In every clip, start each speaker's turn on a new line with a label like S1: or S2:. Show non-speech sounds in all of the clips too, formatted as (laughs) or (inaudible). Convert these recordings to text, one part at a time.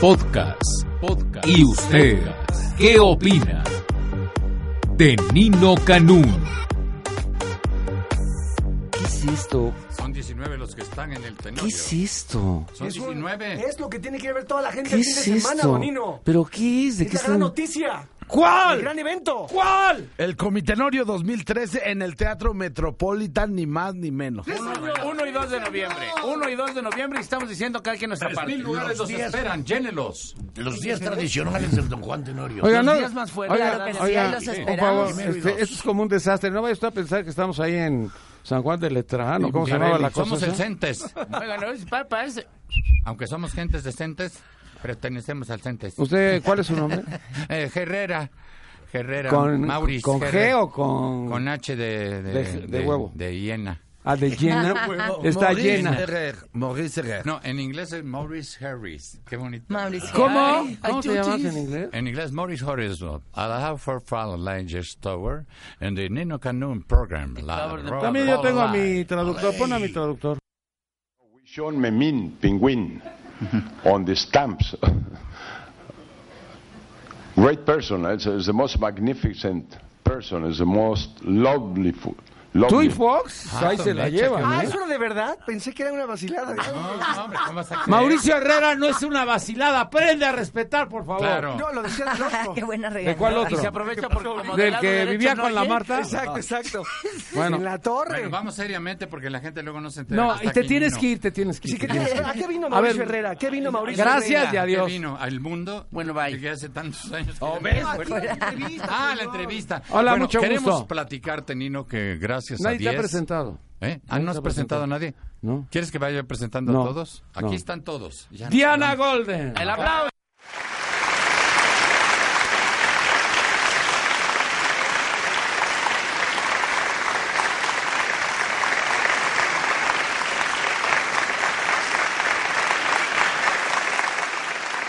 S1: Podcast, podcast. ¿Y usted qué opina? De Nino Canún.
S2: ¿Qué es esto?
S3: Son 19 los que están en el
S2: ¿Qué
S3: tenorio.
S2: es esto?
S3: Son
S4: Es un-
S5: ¿Eh?
S3: 19.
S4: Es lo que tiene que ver toda la gente
S2: ¿Qué
S4: el fin
S2: es
S4: de semana,
S2: esto?
S4: Bonino.
S2: ¿Pero qué es? ¿De
S4: Es
S2: qué
S4: la gran
S2: están?
S4: noticia. El
S6: ¿Cuál?
S4: gran evento.
S6: ¿Cuál? El Comitenório 2013 en el Teatro Metropolitan, ni más ni menos.
S7: 1 y 2 de noviembre. 1 y 2 de noviembre y estamos diciendo cada quien nuestra
S3: 3
S7: parte.
S3: mil lugares los esperan, llénelos.
S8: Los días tradicionales del Don Juan Tenorio.
S5: Oiga,
S7: Los
S5: no,
S7: días más fuertes,
S5: oiga,
S7: claro que sí,
S5: oiga,
S7: ahí los
S5: por
S7: esperamos.
S5: favor, este, esto es como un desastre. No vaya usted a pensar que estamos ahí en San Juan de Letrán o cómo se llamaba la cosa.
S3: Somos
S5: esa?
S3: decentes.
S7: Oigan, no, es pa- parece-
S3: Aunque somos gentes decentes, pertenecemos al centes.
S5: ¿Usted cuál es su nombre?
S3: Eh, Herrera. Herrera.
S5: ¿Con,
S3: Maurice.
S5: con G
S3: Herrera.
S5: o con...?
S3: Con H de, de,
S5: De- de huevo.
S3: De hiena.
S5: Ah, de llena. Está
S6: Maurice
S5: llena.
S6: Herrer, Maurice Herrer.
S3: No, en inglés es Maurice Harris. Qué bonito.
S7: Mauricio.
S5: ¿Cómo?
S7: Ay,
S5: ¿Cómo te llamas en inglés?
S3: En inglés, Maurice Harris. I have for Fallon Langes Tower and the Nino Canun program. La
S7: Tower, the
S3: rock,
S5: También yo
S3: roll
S5: tengo a
S3: line.
S5: mi traductor. Pon a mi traductor.
S9: Sean Memin, penguin, on the stamps. (laughs) Great person, is is the most magnificent person, is the most lovely. fo-
S5: Tú y
S9: lovely.
S5: Fox, ahí se la
S4: Ah,
S5: llevan. ¿eh?
S4: ¿eso era de verdad? Ah. Pensé que era una vacilada.
S3: No, no, hombre, ¿cómo vas a creer?
S5: Mauricio Herrera no es una vacilada. Aprende a respetar, por favor.
S3: Claro.
S4: No, lo decía el otro.
S2: Qué buena
S5: ¿De cuál
S2: regla.
S7: Y se
S5: otro?
S7: aprovecha porque como del
S5: ¿Del
S7: lado
S5: que
S7: derecho
S5: vivía
S7: no
S5: con la
S7: oye.
S5: Marta?
S4: (laughs) Exacto, exacto. En
S5: Bueno.
S4: la torre.
S3: Bueno, vamos seriamente porque la gente luego no se entera.
S5: No, y te tienes que ir, te tienes que
S4: Sí,
S5: ir.
S4: ¿qué-
S5: te tienes que ir.
S4: ¿A qué vino
S5: A ver,
S4: Mauricio Herrera? ¿Qué vino Mauricio
S5: Gracias y
S4: Herrera?
S3: Adiós.
S5: adiós. Oh,
S3: vino al mundo.
S7: Bueno, bye.
S3: Que hace tantos años. que-
S4: entrevista,
S3: Ah, la entrevista.
S5: Hola,
S3: Bueno,
S5: mucho gusto.
S3: Queremos platicarte, Nino, que gracias
S5: Nadie
S3: a
S5: te ha
S3: 10.
S5: presentado.
S3: ¿Eh? Ah, ¿no has
S5: Nadie te ha
S3: presentado a nadie?
S5: No.
S3: ¿Quieres que vaya presentando
S5: No,
S3: a todos? Aquí
S5: no.
S3: están todos. Ya no-
S5: Diana Golden.
S7: El aplauso.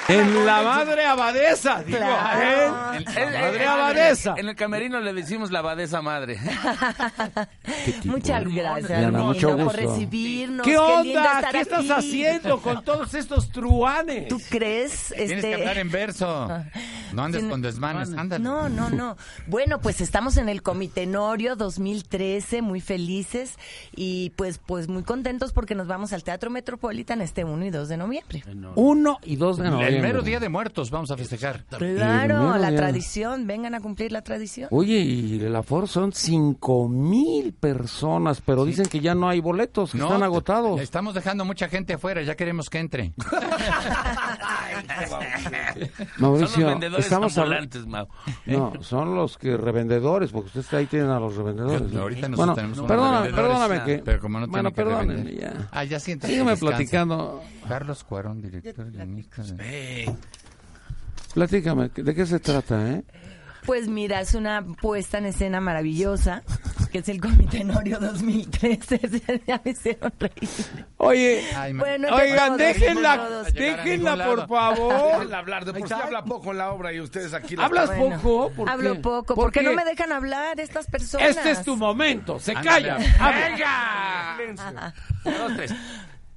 S5: En la madre abadesa, digo. ¿eh?
S7: El-
S5: La
S7: el-
S5: madre
S7: el-
S5: abadesa.
S7: En el camerino le decimos la abadesa madre.
S2: Muchas gracias,
S5: Diana,
S2: Armando,
S5: mucho
S2: por
S5: gusto.
S2: recibirnos.
S5: ¿Qué
S2: lindo
S5: onda?
S2: estar
S5: ¿Qué estás
S2: aquí.
S5: haciendo con todos estos truanes?
S2: ¿Tú crees?
S3: Tienes que hablar en verso.
S2: (laughs)
S3: No andes con desmanes. Ándale.
S2: Este, No, no, no. Bueno, pues estamos en el Comitenório 2013, muy felices y pues pues muy contentos porque nos vamos al Teatro Metropolitan este 1 y 2 de noviembre.
S5: 1 y 2 de noviembre.
S3: El mero día de muertos vamos a festejar.
S2: Claro,
S5: Primero
S2: la
S5: ya.
S2: tradición, vengan a cumplir la tradición.
S5: Oye, y el aforo son cinco mil personas, pero dicen que ya no hay boletos, que
S3: No,
S5: están
S3: te-
S5: agotados.
S3: Estamos dejando mucha gente afuera, ya queremos que entre.
S7: Son
S5: Mauricio,
S7: los vendedores
S5: estamos hablando...
S7: ambulantes, Mau.
S5: No, son los que revendedores, porque ustedes ahí tienen a los revendedores.
S3: Yo- ahorita nosotros
S5: bueno,
S3: tenemos unos
S5: perdóname,
S3: revendedores,
S5: perdóname que...
S3: pero como no
S5: bueno,
S3: tiene que
S5: perdónenme
S3: revender.
S5: ya.
S3: Ah, ya siéntate,
S5: Sígueme
S3: descansa.
S5: platicando.
S3: Carlos Cuarón, director guionista de...
S5: Platícame, ¿de qué se trata, eh?
S2: Pues mira, es una puesta en escena maravillosa, que es el Comitenório 2013. (laughs) ya me hicieron reír.
S5: Oye,
S3: Ay, ma-
S2: Bueno,
S5: oigan,
S2: todos,
S5: déjenla,
S2: todos.
S3: llegar a
S5: déjenla,
S3: ningún
S5: por
S3: lado.
S6: Déjenla
S5: favor.
S6: hablar, de por sí habla poco la obra y ustedes aquí... la-
S5: Hablas
S2: Bueno,
S5: poco, ¿por qué?
S2: Hablo
S5: ¿Por
S2: poco, porque
S5: qué?
S2: no me dejan hablar estas personas.
S5: Este es tu momento, se
S3: Ándale,
S5: calla. habla.
S7: ¡Venga! Dos, tres.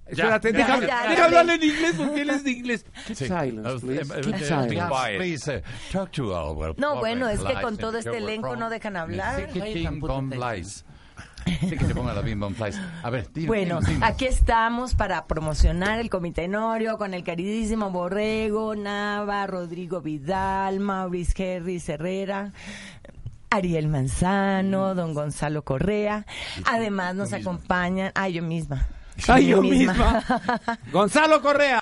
S5: Espérate,
S2: Ya,
S5: deja,
S2: ya,
S5: deja
S2: ya.
S5: hablarle en inglés porque él es de inglés. Keep
S3: Uh,
S5: silence, please.
S3: uh,
S5: Keep
S3: uh,
S5: silence.
S3: yes, please, uh, talk to our
S2: No, bueno, es que con
S3: lies
S2: todo
S3: and
S2: este
S3: your
S2: elenco
S3: problem.
S2: no dejan hablar.
S3: Sí, que
S7: Ay,
S3: Bing
S7: tan puto
S3: Bong
S7: texto.
S3: Lies. Sí, que te ponga la Bing Bong Lies. A ver, dime,
S2: Bueno,
S3: dime, dime.
S2: aquí estamos para promocionar el Comitenório con el queridísimo Borrego, Nava, Rodrigo Vidal, Maurice Herris Herrera. Ariel
S5: Mm.
S2: Manzano, don Gonzalo Correa. Además nos acompañan, ah, yo misma.
S5: Ay, yo
S2: (laughs)
S5: misma. (laughs) Gonzalo Correa.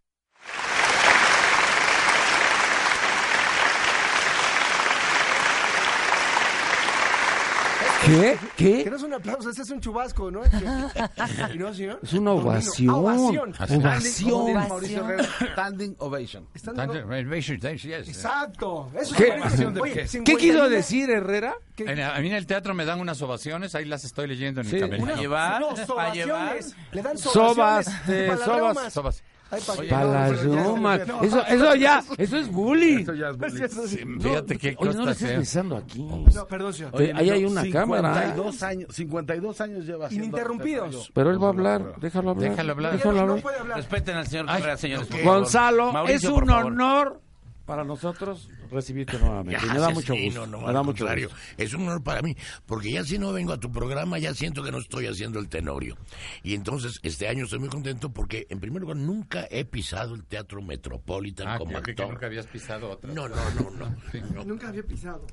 S5: ¿Qué? ¿Qué?
S4: Que no es un aplauso, este es un chubasco, ¿no? Que- y no, señor?
S5: Es una
S4: Dormino.
S5: ovación.
S4: Ah, ovación.
S5: Ovación.
S4: Standing
S6: Como diría
S4: ovation.
S6: Mauricio Herrera, standing ovation.
S4: Standing
S3: Standing ovation, thanks, yes.
S4: Exacto. Eso
S5: ¿Qué?
S4: es ovación. Oye,
S6: ¿Qué
S4: 50
S5: quiso
S4: mil-
S5: decir Herrera?
S3: En- a mí en el teatro me dan unas ovaciones, ahí las estoy leyendo en
S5: Sí,
S3: el camerino.
S4: Unas-
S10: llevar?
S4: No,
S10: ¿Para
S4: sobaciones.
S10: llevar?
S4: Le dan
S5: Sobas,
S4: sobaciones.
S5: te-
S4: palabromas.
S5: sobas.
S3: Sobas.
S4: Ay, pa' que-
S5: Eh, Palazumas. Eso, eso ya, eso es bullying.
S6: Eso ya es bullying.
S3: Fíjate qué
S5: Oye, no le
S3: cosa
S5: estás
S3: sea.
S5: besando aquí.
S4: No, perdón, señor.
S5: Oye, ahí hay una
S6: 52
S5: cámara.
S6: Años, 52 años lleva haciendo-
S4: Ininterrumpidos.
S5: Pero él va a hablar. Déjalo hablar.
S3: Déjalo hablar.
S5: Déjalo
S4: No
S5: hablar.
S4: puede hablar.
S10: Respeten al señor Correa, señores. por favor.
S5: Gonzalo,
S10: Mauricio,
S5: es
S10: por
S5: un
S10: favor.
S5: honor para nosotros recibirte nuevamente.
S8: Ya,
S5: Me da
S8: seas
S5: mucho
S8: fino,
S5: gusto.
S8: no,
S5: Me
S8: al
S5: da mucho
S8: contrario.
S5: gusto.
S8: Es un honor para mí, porque ya si no vengo a tu programa, ya siento que no estoy haciendo el tenorio. Y entonces, este año estoy muy contento porque, en primer lugar, nunca he pisado el Teatro Metropolitan
S3: Ah,
S8: como
S3: creo que, que
S8: actor.
S3: nunca habías pisado otra.
S8: No, no, no, no. no. (laughs)
S4: Nunca había pisado.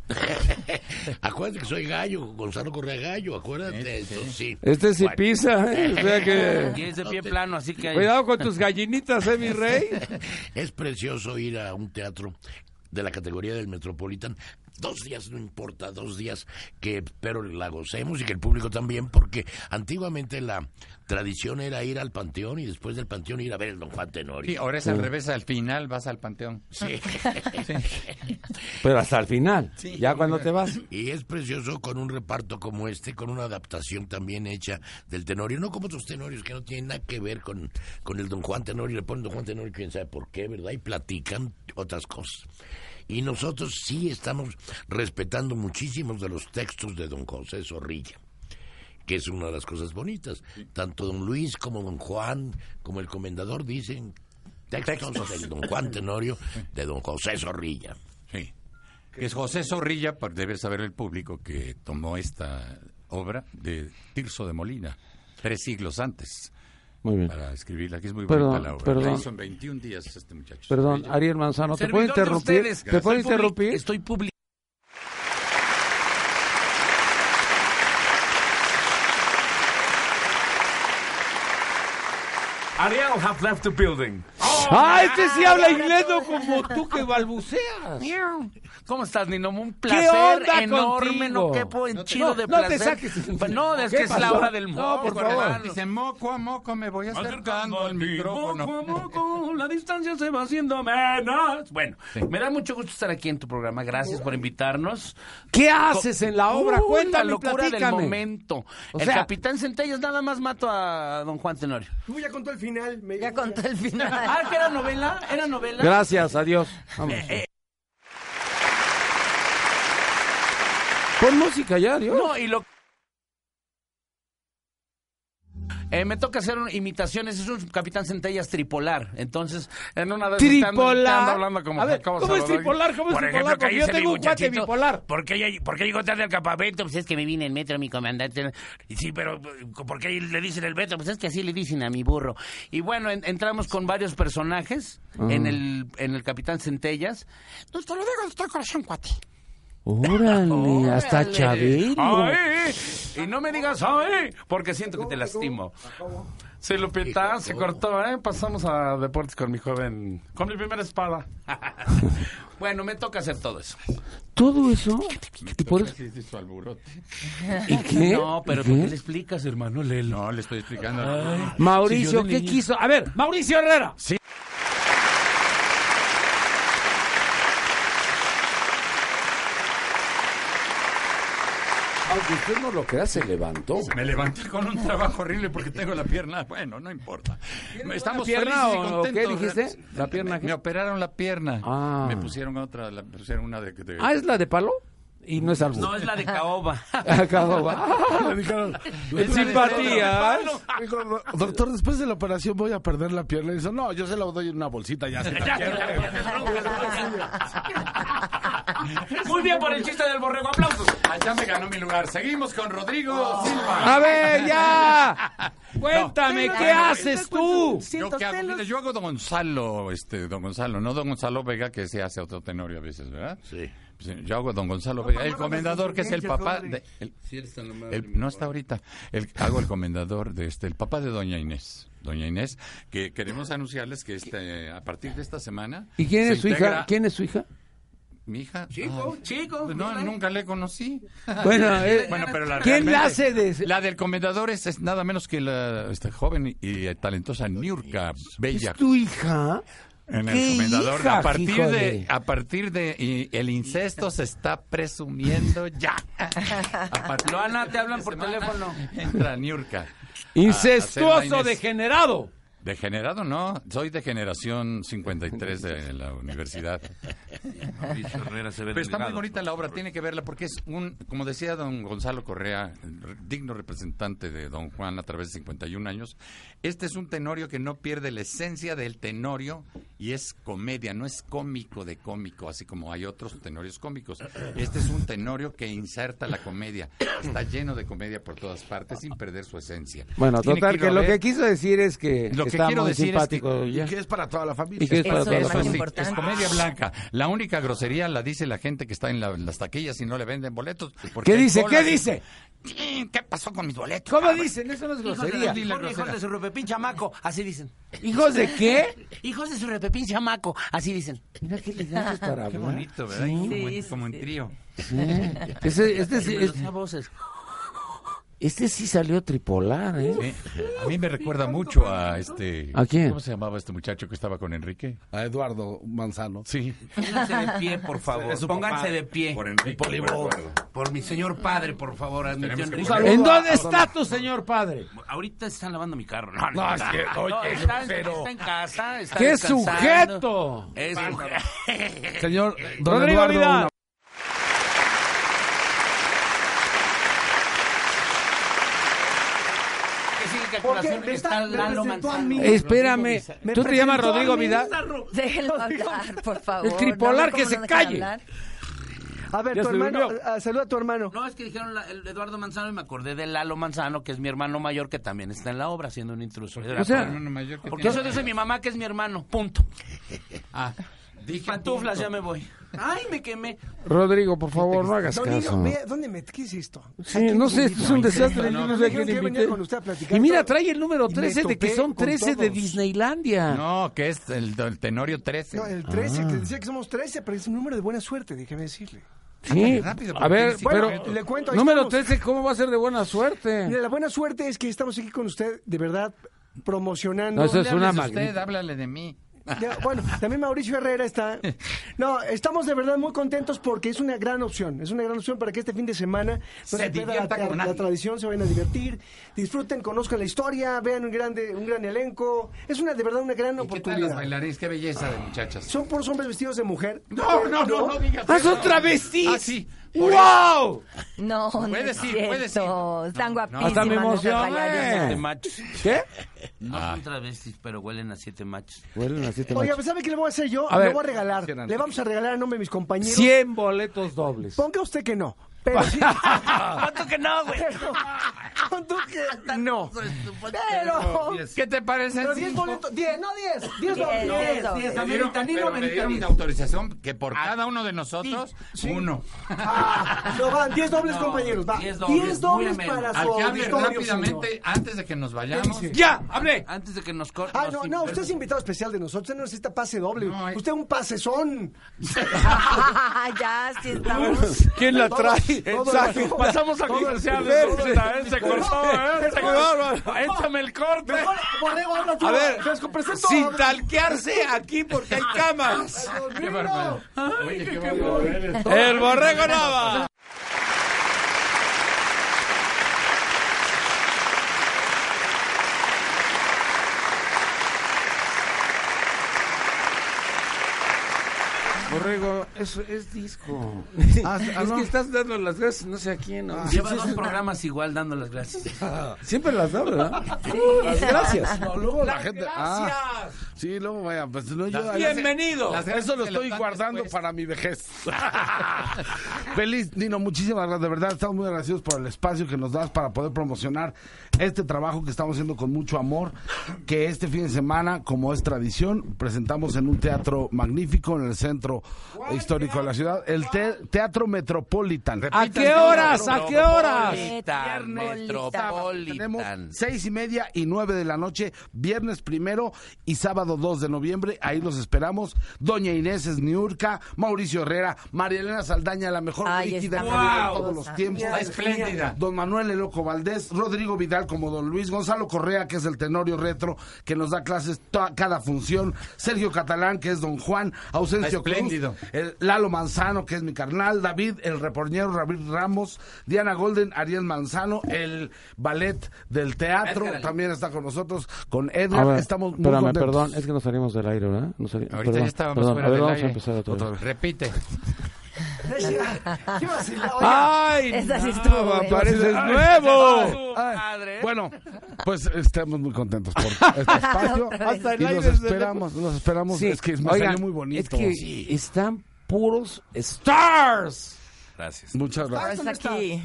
S8: acuérdate que soy gallo, Gonzalo Correa Gallo, acuérdate. Entonces, sí.
S5: Este sí
S8: Bueno,
S5: pisa, ¿eh? O sea
S10: Y
S5: que.
S10: es de pie plano, así que...
S5: Cuidado con tus gallinitas, ¿eh, mi rey?
S8: Es precioso ir a un teatro de la categoría del Metropolitan. Dos días, no importa, dos días que espero la gocemos y que el público también, porque antiguamente la tradición era ir al Panteón y después del Panteón ir a ver el Don Juan
S3: Sí,
S8: Tenorio.
S3: ahora es al revés, al final vas al panteón.
S8: Sí.
S5: (laughs)
S3: (laughs)
S5: Pero hasta el final. Ya cuando te vas.
S8: Y es precioso con un reparto como este, con una adaptación también hecha del Tenorio, no como otros Tenorios que no tienen nada que ver con, con el Don Juan Tenorio, le ponen Don Juan Tenorio quién sabe por qué, ¿verdad? Y platican otras cosas. Y nosotros sí estamos respetando muchísimos de los textos de Don José Zorrilla que es una de las cosas bonitas. Tanto don Luis como don Juan, como el comendador, dicen textos, del don Juan Tenorio, de don José Zorrilla.
S3: Sí. Es José Zorrilla, por- debe saber el público, que tomó esta obra de Tirso de Molina, tres siglos antes,
S5: Muy bien.
S3: para escribirla, que es muy
S5: Perdón,
S3: bonita la obra.
S5: perdón.
S3: La hizo en 21 días este muchacho.
S5: Perdón,
S3: Zorrilla.
S5: Ariel Manzano, ¿te puedo
S10: Servidor de
S5: interrumpir?
S10: ustedes.
S5: ¿Te puedo
S10: Estoy public-
S5: interrumpir?
S10: Estoy publicando.
S7: Ariel have left the building.
S5: ¡Ah, este sí habla inglés no como tú que
S10: (laughs)
S5: balbuceas!
S10: ¿Cómo estás, Nino? Un placer
S5: onda
S10: enorme,
S5: contigo?
S10: no quepo en
S5: No te-
S10: chido de
S5: no te
S10: placer.
S5: saques.
S10: No, es
S5: ¿Qué
S10: que es la
S5: pasó?
S10: hora del
S5: No,
S10: moco,
S5: por favor.
S10: hermano.
S3: Dice, moco a moco me voy acercando al
S10: Moco a
S3: micrófono.
S10: moco, la distancia se va haciendo menos. Bueno, me da mucho gusto estar aquí en tu programa. Gracias por invitarnos.
S5: ¿Qué haces en la obra?
S10: Uy,
S5: Cuéntame,
S10: Uh, la locura del
S5: platícame.
S10: momento.
S5: O
S10: el
S5: sea-
S10: capitán Centellas nada más mato a don Juan
S5: (laughs)
S10: Tenorio.
S4: Tú ya contó el final. me-
S2: Ya contó el
S10: Ah,
S2: final.
S10: que era novela, era novela.
S5: Gracias, adiós. Vamos. Pon música ya, adiós.
S10: No, y lo... Eh, me toca hacer un- imitaciones, es un capitán centellas tripolar. Entonces, en una vez
S5: Tripolar.
S10: estando- estando hablando como
S5: A ver,
S10: Jacobo
S5: ¿cómo es
S10: Salvador.
S5: tripolar? ¿Cómo es
S10: Por
S5: tripolar?
S10: ejemplo, que
S5: Porque yo
S10: dice
S5: tengo
S10: mi
S5: un cuate
S10: muchachito,
S5: bipolar.
S10: ¿Por qué, ya- por qué llegó tarde al campamento? Pues es que me vine en metro, mi comandante. Sí, pero ¿por qué le dicen el metro? Pues es que así le dicen a mi burro. Y bueno, en- entramos con varios personajes
S5: Ah.
S10: en, el, en el Capitán Centellas. Pues te lo digo de todo corazón, cuate.
S5: Órale, hasta Chavero.
S10: Ay, y no me digas ay, porque siento que te lastimo.
S4: Ah,
S10: Sí, Lupita, se cortó, ¿eh? Pasamos a deportes con mi joven, con mi primera espada. (laughs) bueno, me toca hacer todo eso.
S5: Todo eso. ¿Y, por... eso-
S3: Sí, sí, su alboroto.
S5: (laughs) ¿Y qué?
S10: No, pero ¿por
S5: ¿Qué?
S10: qué le explicas, hermano? Lelo.
S3: No, le estoy explicando.
S5: Mauricio,
S10: Si yo de
S5: ¿qué
S10: niño-
S5: quiso? A ver, Mauricio Herrera. Aunque usted no lo crea, se levantó.
S3: Me levanté con un trabajo horrible porque tengo la pierna. Bueno, no importa. Estamos
S5: pierna
S3: felices y
S5: o- o qué
S3: contentos.
S5: dijiste? ¿La pierna
S3: Me,
S5: qué?
S3: me operaron la pierna.
S5: Ah.
S3: Me pusieron otra, la, pusieron una de, de-
S5: Ah, ¿es la de palo? Y no es algo. (laughs)
S10: No, es la de caoba.
S5: El simpatía.
S6: Dijo, "Do- Doctor, después de la operación voy a perder la pierna. Y dice, no, yo se la doy en una bolsita ya. se la quiero".
S10: Muy bien por el chiste del borrego. Aplausos.
S3: Allá me ganó mi lugar. Seguimos con Rodrigo Silva.
S5: Ah. A ver, (laughs) ya. Cuéntame, ¿qué haces tú?
S3: Yo, que hago, Mira, yo hago don Gonzalo, este, don Gonzalo, no don Gonzalo Vega que se hace otro tenorio a veces, ¿verdad?
S8: Sí.
S3: Pues, eh, Yo hago don Gonzalo Vega, el comendador que es el papá de, el- el- no está ahorita, el, hago el comendador de este, el papá de doña Inés, doña Inés, que queremos anunciarles que este, a partir de esta semana
S5: ¿Y quién
S3: se
S5: es su
S3: integra-
S5: hija? ¿Quién es su hija?
S3: mi hija.
S7: Chico,
S3: Ay.
S7: chico.
S3: No, nunca le conocí.
S5: (laughs) Bueno, eh, ¿quién
S3: realmente-
S5: la hace de-
S3: La del comendador es, es nada menos que la esta joven y eh, talentosa Niurka Bella.
S5: ¿Es tu hija?
S3: En
S5: ¿Qué
S3: el comendador.
S5: hija,
S3: a partir
S5: hijo
S3: de,
S5: de?
S3: a partir de y el incesto se está presumiendo ya. A partir de
S7: Loana, te hablan por teléfono.
S3: entra Niurka. a- a hacer la
S5: Incestuoso
S3: Inés.
S5: degenerado.
S3: Degenerado no, soy de generación 53 de la universidad.
S11: Mauricio Herrera se ve
S3: Pero está muy
S11: delgado.
S3: bonita la obra, tiene que verla porque es un, como decía don Gonzalo Correa, re- digno representante de don Juan a través de 51 años, este es un tenorio que no pierde la esencia del tenorio y es comedia, no es cómico de cómico, así como hay otros tenorios cómicos. Este es un tenorio que inserta la comedia, está lleno de comedia por todas partes sin perder su esencia.
S5: Bueno,
S3: Tiene
S5: total,
S3: irlo
S5: que
S3: a
S5: lo
S3: ver.
S5: que quiso decir es que
S3: Lo que
S5: está
S3: quiero
S5: muy
S3: decir es que-
S5: simpático. ya.
S6: Y que es para toda la familia.
S5: Y que es para toda la
S3: Eso sí,
S5: familia.
S3: es comedia blanca. La única grosería la dice la gente que está en, la- en las taquillas y no le venden boletos. porque
S5: ¿Qué dice?
S3: hay cola
S5: ¿Qué
S3: de-
S5: dice?
S3: ¿Qué pasó con mis boletos?
S5: ¿Cómo dicen? Eso no es
S11: Hijos de,
S5: grosería.
S11: la- hijos de su repepín chamaco, así dicen.
S5: ¿Hijos de qué?
S11: Hijos de su repepín chamaco, así dicen.
S5: Mira qué elegantes para
S3: Qué
S5: hablar.
S3: bonito, ¿verdad?
S5: Sí.
S3: como, en-
S5: Sí,
S3: como en trío.
S5: Sí. (laughs) Ese- este, sí-
S11: Pero
S5: este-
S11: las voces.
S5: este sí salió tripolar, ¿eh?
S3: Sí. A mí me recuerda mucho a este...
S5: ¿A quién?
S3: ¿Cómo se llamaba este muchacho que estaba con Enrique?
S6: A Eduardo Manzano.
S3: Sí.
S11: Pónganse de pie,
S10: (laughs)
S11: por
S6: Es
S11: favor.
S6: su
S11: Pónganse
S6: papá.
S11: de pie.
S3: Por Enrique.
S8: Por, por, mi señor padre, por favor, admitió
S11: Tenemos que
S8: Enrique.
S11: poner-
S5: ¿En dónde está tu señor padre?
S11: Ahorita están lavando mi carro.
S5: No, es que, oye,
S11: está,
S5: pero-
S11: está en casa. Está
S5: ¡Qué
S11: descansando.
S5: sujeto!
S4: Eh,
S11: Es mujer.
S6: Señor don
S5: Rodrigo
S6: Eduardo,
S5: Vidal.
S6: una-
S7: Que sigue que a
S4: ¿Por qué?
S7: colación
S4: Me
S7: está
S4: está- me
S7: Lalo
S4: presentó a
S7: Manzano.
S4: mí.
S5: Espérame,
S4: Me
S5: ¿tú te llamas
S4: presentó a
S5: Rodrigo
S4: mí,
S5: Vidal?
S4: Zarro.
S5: (laughs)
S2: Déjenlo hablar, por favor.
S5: El tripolar
S2: No,
S5: que
S2: ¿cómo
S5: se
S2: no dejan
S5: calle.
S2: hablar?
S4: A ver,
S5: Ya
S4: tu
S5: se
S4: hermano,
S5: durmió.
S4: ah, saluda a tu hermano.
S11: No, es que dijeron la- el Eduardo Manzano y me acordé de Lalo Manzano, que es mi hermano mayor, que también está en la obra siendo un intruso.
S6: Pues,
S5: O sea,
S3: Hermano mayor que
S11: porque
S3: tiene-
S11: eso dice mi mamá que es mi hermano.
S6: (laughs)
S11: Punto.
S3: Ah, dije-
S11: Pantuflas, ya me voy. Ay, me quemé.
S5: Rodrigo, por favor, no hagas
S4: Don Nino,
S5: caso.
S4: mira, ¿dónde me qué es esto?
S5: Sí, no sé, esto es un desastre.
S3: no,
S5: yo
S3: no,
S5: no sé a quién
S4: dijeron que
S5: invité.
S4: venía con usted a platicar.
S5: Y mira, trae el número
S4: Y me
S5: 13 de que
S4: topé
S5: son
S4: con
S5: 13 de
S4: todos.
S5: Disneylandia.
S3: No, que es el, el tenorio 13.
S4: No, el 13, te decía que somos 13, pero es un número de buena suerte, déjeme decirle.
S5: Sí,
S3: rápido,
S5: a ver,
S3: porque
S5: pero
S4: Bueno, le cuento, ahí
S5: número
S4: estamos.
S5: 13, ¿cómo va a ser de buena
S4: Mira,
S5: suerte?
S4: la buena suerte es que estamos aquí con usted, de verdad, promocionando.
S5: No, eso es
S3: Háblale
S5: una
S3: de usted,
S5: magnífica.
S3: háblale de mí.
S4: Ya, bueno, también Mauricio Herrera está. No, estamos de verdad muy contentos porque es una gran opción. Es una gran opción para que este fin de semana no
S3: Se
S4: se pierda
S3: divierta
S4: la, tra-
S3: con nadie.
S4: la tradición, se vayan a divertir, disfruten, conozcan la historia, vean un grande, un gran elenco. Es una de verdad una gran
S3: ¿Y ¿Qué tal las
S4: oportunidad.
S3: bailarines? Qué belleza de muchachas.
S4: Son puros hombres vestidos de mujer.
S3: No, no, no, no digas
S5: ¡Ah,
S3: eso.
S5: son travestis!
S3: Ah, sí. Por
S5: ¡Wow!
S2: No, no
S3: Puedes
S2: es
S3: ir,
S2: cierto.
S3: puedes ir.
S2: Están guapísimas.
S5: Hasta me
S2: nuestras
S5: emocioné.
S2: bailarinas.
S11: De machos.
S5: ¿Qué?
S11: No
S3: Ah.
S11: son travestis, pero huelen a siete machos.
S5: Huelen a siete
S4: Oiga,
S5: machos.
S4: pues ¿sabe qué le voy a hacer yo?
S5: A
S4: le
S5: ver.
S4: voy a regalar. Le vamos a regalar a nombre de mis compañeros.
S5: 100 boletos dobles.
S4: Ponga usted que no.
S5: (laughs)
S4: Pero
S11: (laughs)
S4: sí. (laughs)
S11: ¿Cuánto que no, güey?
S4: Pero, pon tú
S11: (laughs)
S4: que no. Pero.
S3: ¿Qué te parece?
S4: Pero 10 boletos. 10, no 10. 10
S2: Diez, diez,
S4: boletos.
S2: diez.
S4: diez.
S3: Me dieron, pero me dieron de autorización que por cada uno de nosotros, uno.
S4: Ah, no van, 10 dobles,
S11: No,
S4: compañeros. Va.
S11: diez
S4: 10
S11: dobles,
S4: dobles,
S11: muy ameno.
S4: para su
S3: Al que hable
S4: auditorio,
S3: rápidamente
S4: señor.
S3: antes de que nos vayamos.
S4: dice?
S5: ¡Ya! ¡Hablé!
S11: Antes de que nos corten.
S4: Ah, no,
S11: los
S4: no,
S11: impuestos.
S4: usted es invitado especial de nosotros. Usted no eh. necesita pase doble.
S3: No, hay-
S4: Usted es un pasezón.
S2: ya, sí estamos.
S5: ¿Quién la trae?
S4: todo
S5: Saque.
S4: el-
S5: Pasamos a comerciales. ahorita, ¿eh? Se cortó, ¿eh? Se cortó. Échame el corte.
S4: Mejor, Borrego, habla tú.
S5: A ver,
S4: Fresco, presento.
S5: sin talquearse aquí porque hay camas.
S3: ¡Qué barbaridad! Oye, qué barbaridad.
S5: El borrego Nava. Borrego, eso es disco.
S6: Ah, ah,
S5: es
S6: no.
S5: que estás dando las gracias no sé a quién. ¿no?
S11: Lleva dos programas igual dando las gracias.
S5: Siempre las da, ¿verdad?
S6: Las gracias. No, luego la gente. Ah, sí, luego vaya. Pues no, yo,
S5: Bienvenido.
S3: Las gracias
S6: Eso lo
S3: te las pues.
S6: estoy
S3: dan
S6: guardando
S3: después.
S6: para mi vejez. (laughs) Feliz, Nino, muchísimas gracias. De verdad, estamos muy agradecidos por el espacio que nos das para poder promocionar este trabajo que estamos haciendo con mucho amor. Que este fin de semana, como es tradición, presentamos en un teatro magnífico en el centro histórico de la ciudad, el te- Teatro Metropolitan.
S5: ¿A qué horas? ¿A qué horas?
S11: Metropolitan.
S4: Metropolitan.
S6: Tenemos
S11: Metropolitan.
S6: seis y media y nueve de la noche, viernes primero y sábado sábado 2 de noviembre. Ahí los esperamos. Doña Inés Esniurca, Mauricio Herrera, María Elena Saldaña, la mejor
S2: Ay,
S6: líquida
S2: está
S6: de
S2: maravillosa.
S6: todos los tiempos.
S2: Está espléndida.
S6: Don Manuel Eloco Valdés, Rodrigo Vidal como Don Luis, Gonzalo Correa, que es el tenorio retro, que nos da clases to- cada función, Sergio Catalán, que es Don Juan, Ausencio Cruz,
S3: Espléndido.
S6: el Lalo Manzano, que es mi carnal, David, el reporñero David Ramos, Diana Golden, Ariel Manzano, el ballet del teatro, también está con nosotros, con
S5: A
S6: Edgar,
S5: ver,
S6: estamos muy
S5: espérame,
S6: contentos.
S5: perdón, es que nos salimos del aire, ¿verdad? Nos sali-
S3: Ahorita
S5: perdón,
S3: ya estábamos
S5: perdón,
S3: fuera
S5: a ver,
S3: del
S5: vamos
S3: aire.
S5: a empezar otra vez.
S4: (laughs)
S3: Repite.
S6: ¡Ay!
S2: Esta sí
S6: no,
S2: estuvo buena.
S6: pareces
S2: Ay,
S6: nuevo! Ay, Bueno, pues estamos muy contentos por este espacio.
S5: Otra vez. Hasta el
S6: y
S5: aire
S6: los
S5: se-
S6: esperamos, los esperamos.
S5: Sí,
S6: Es que me
S5: oigan,
S6: salió muy bonito.
S5: Es que están puros stars.
S3: Gracias.
S6: Muchas gracias.
S2: Está aquí.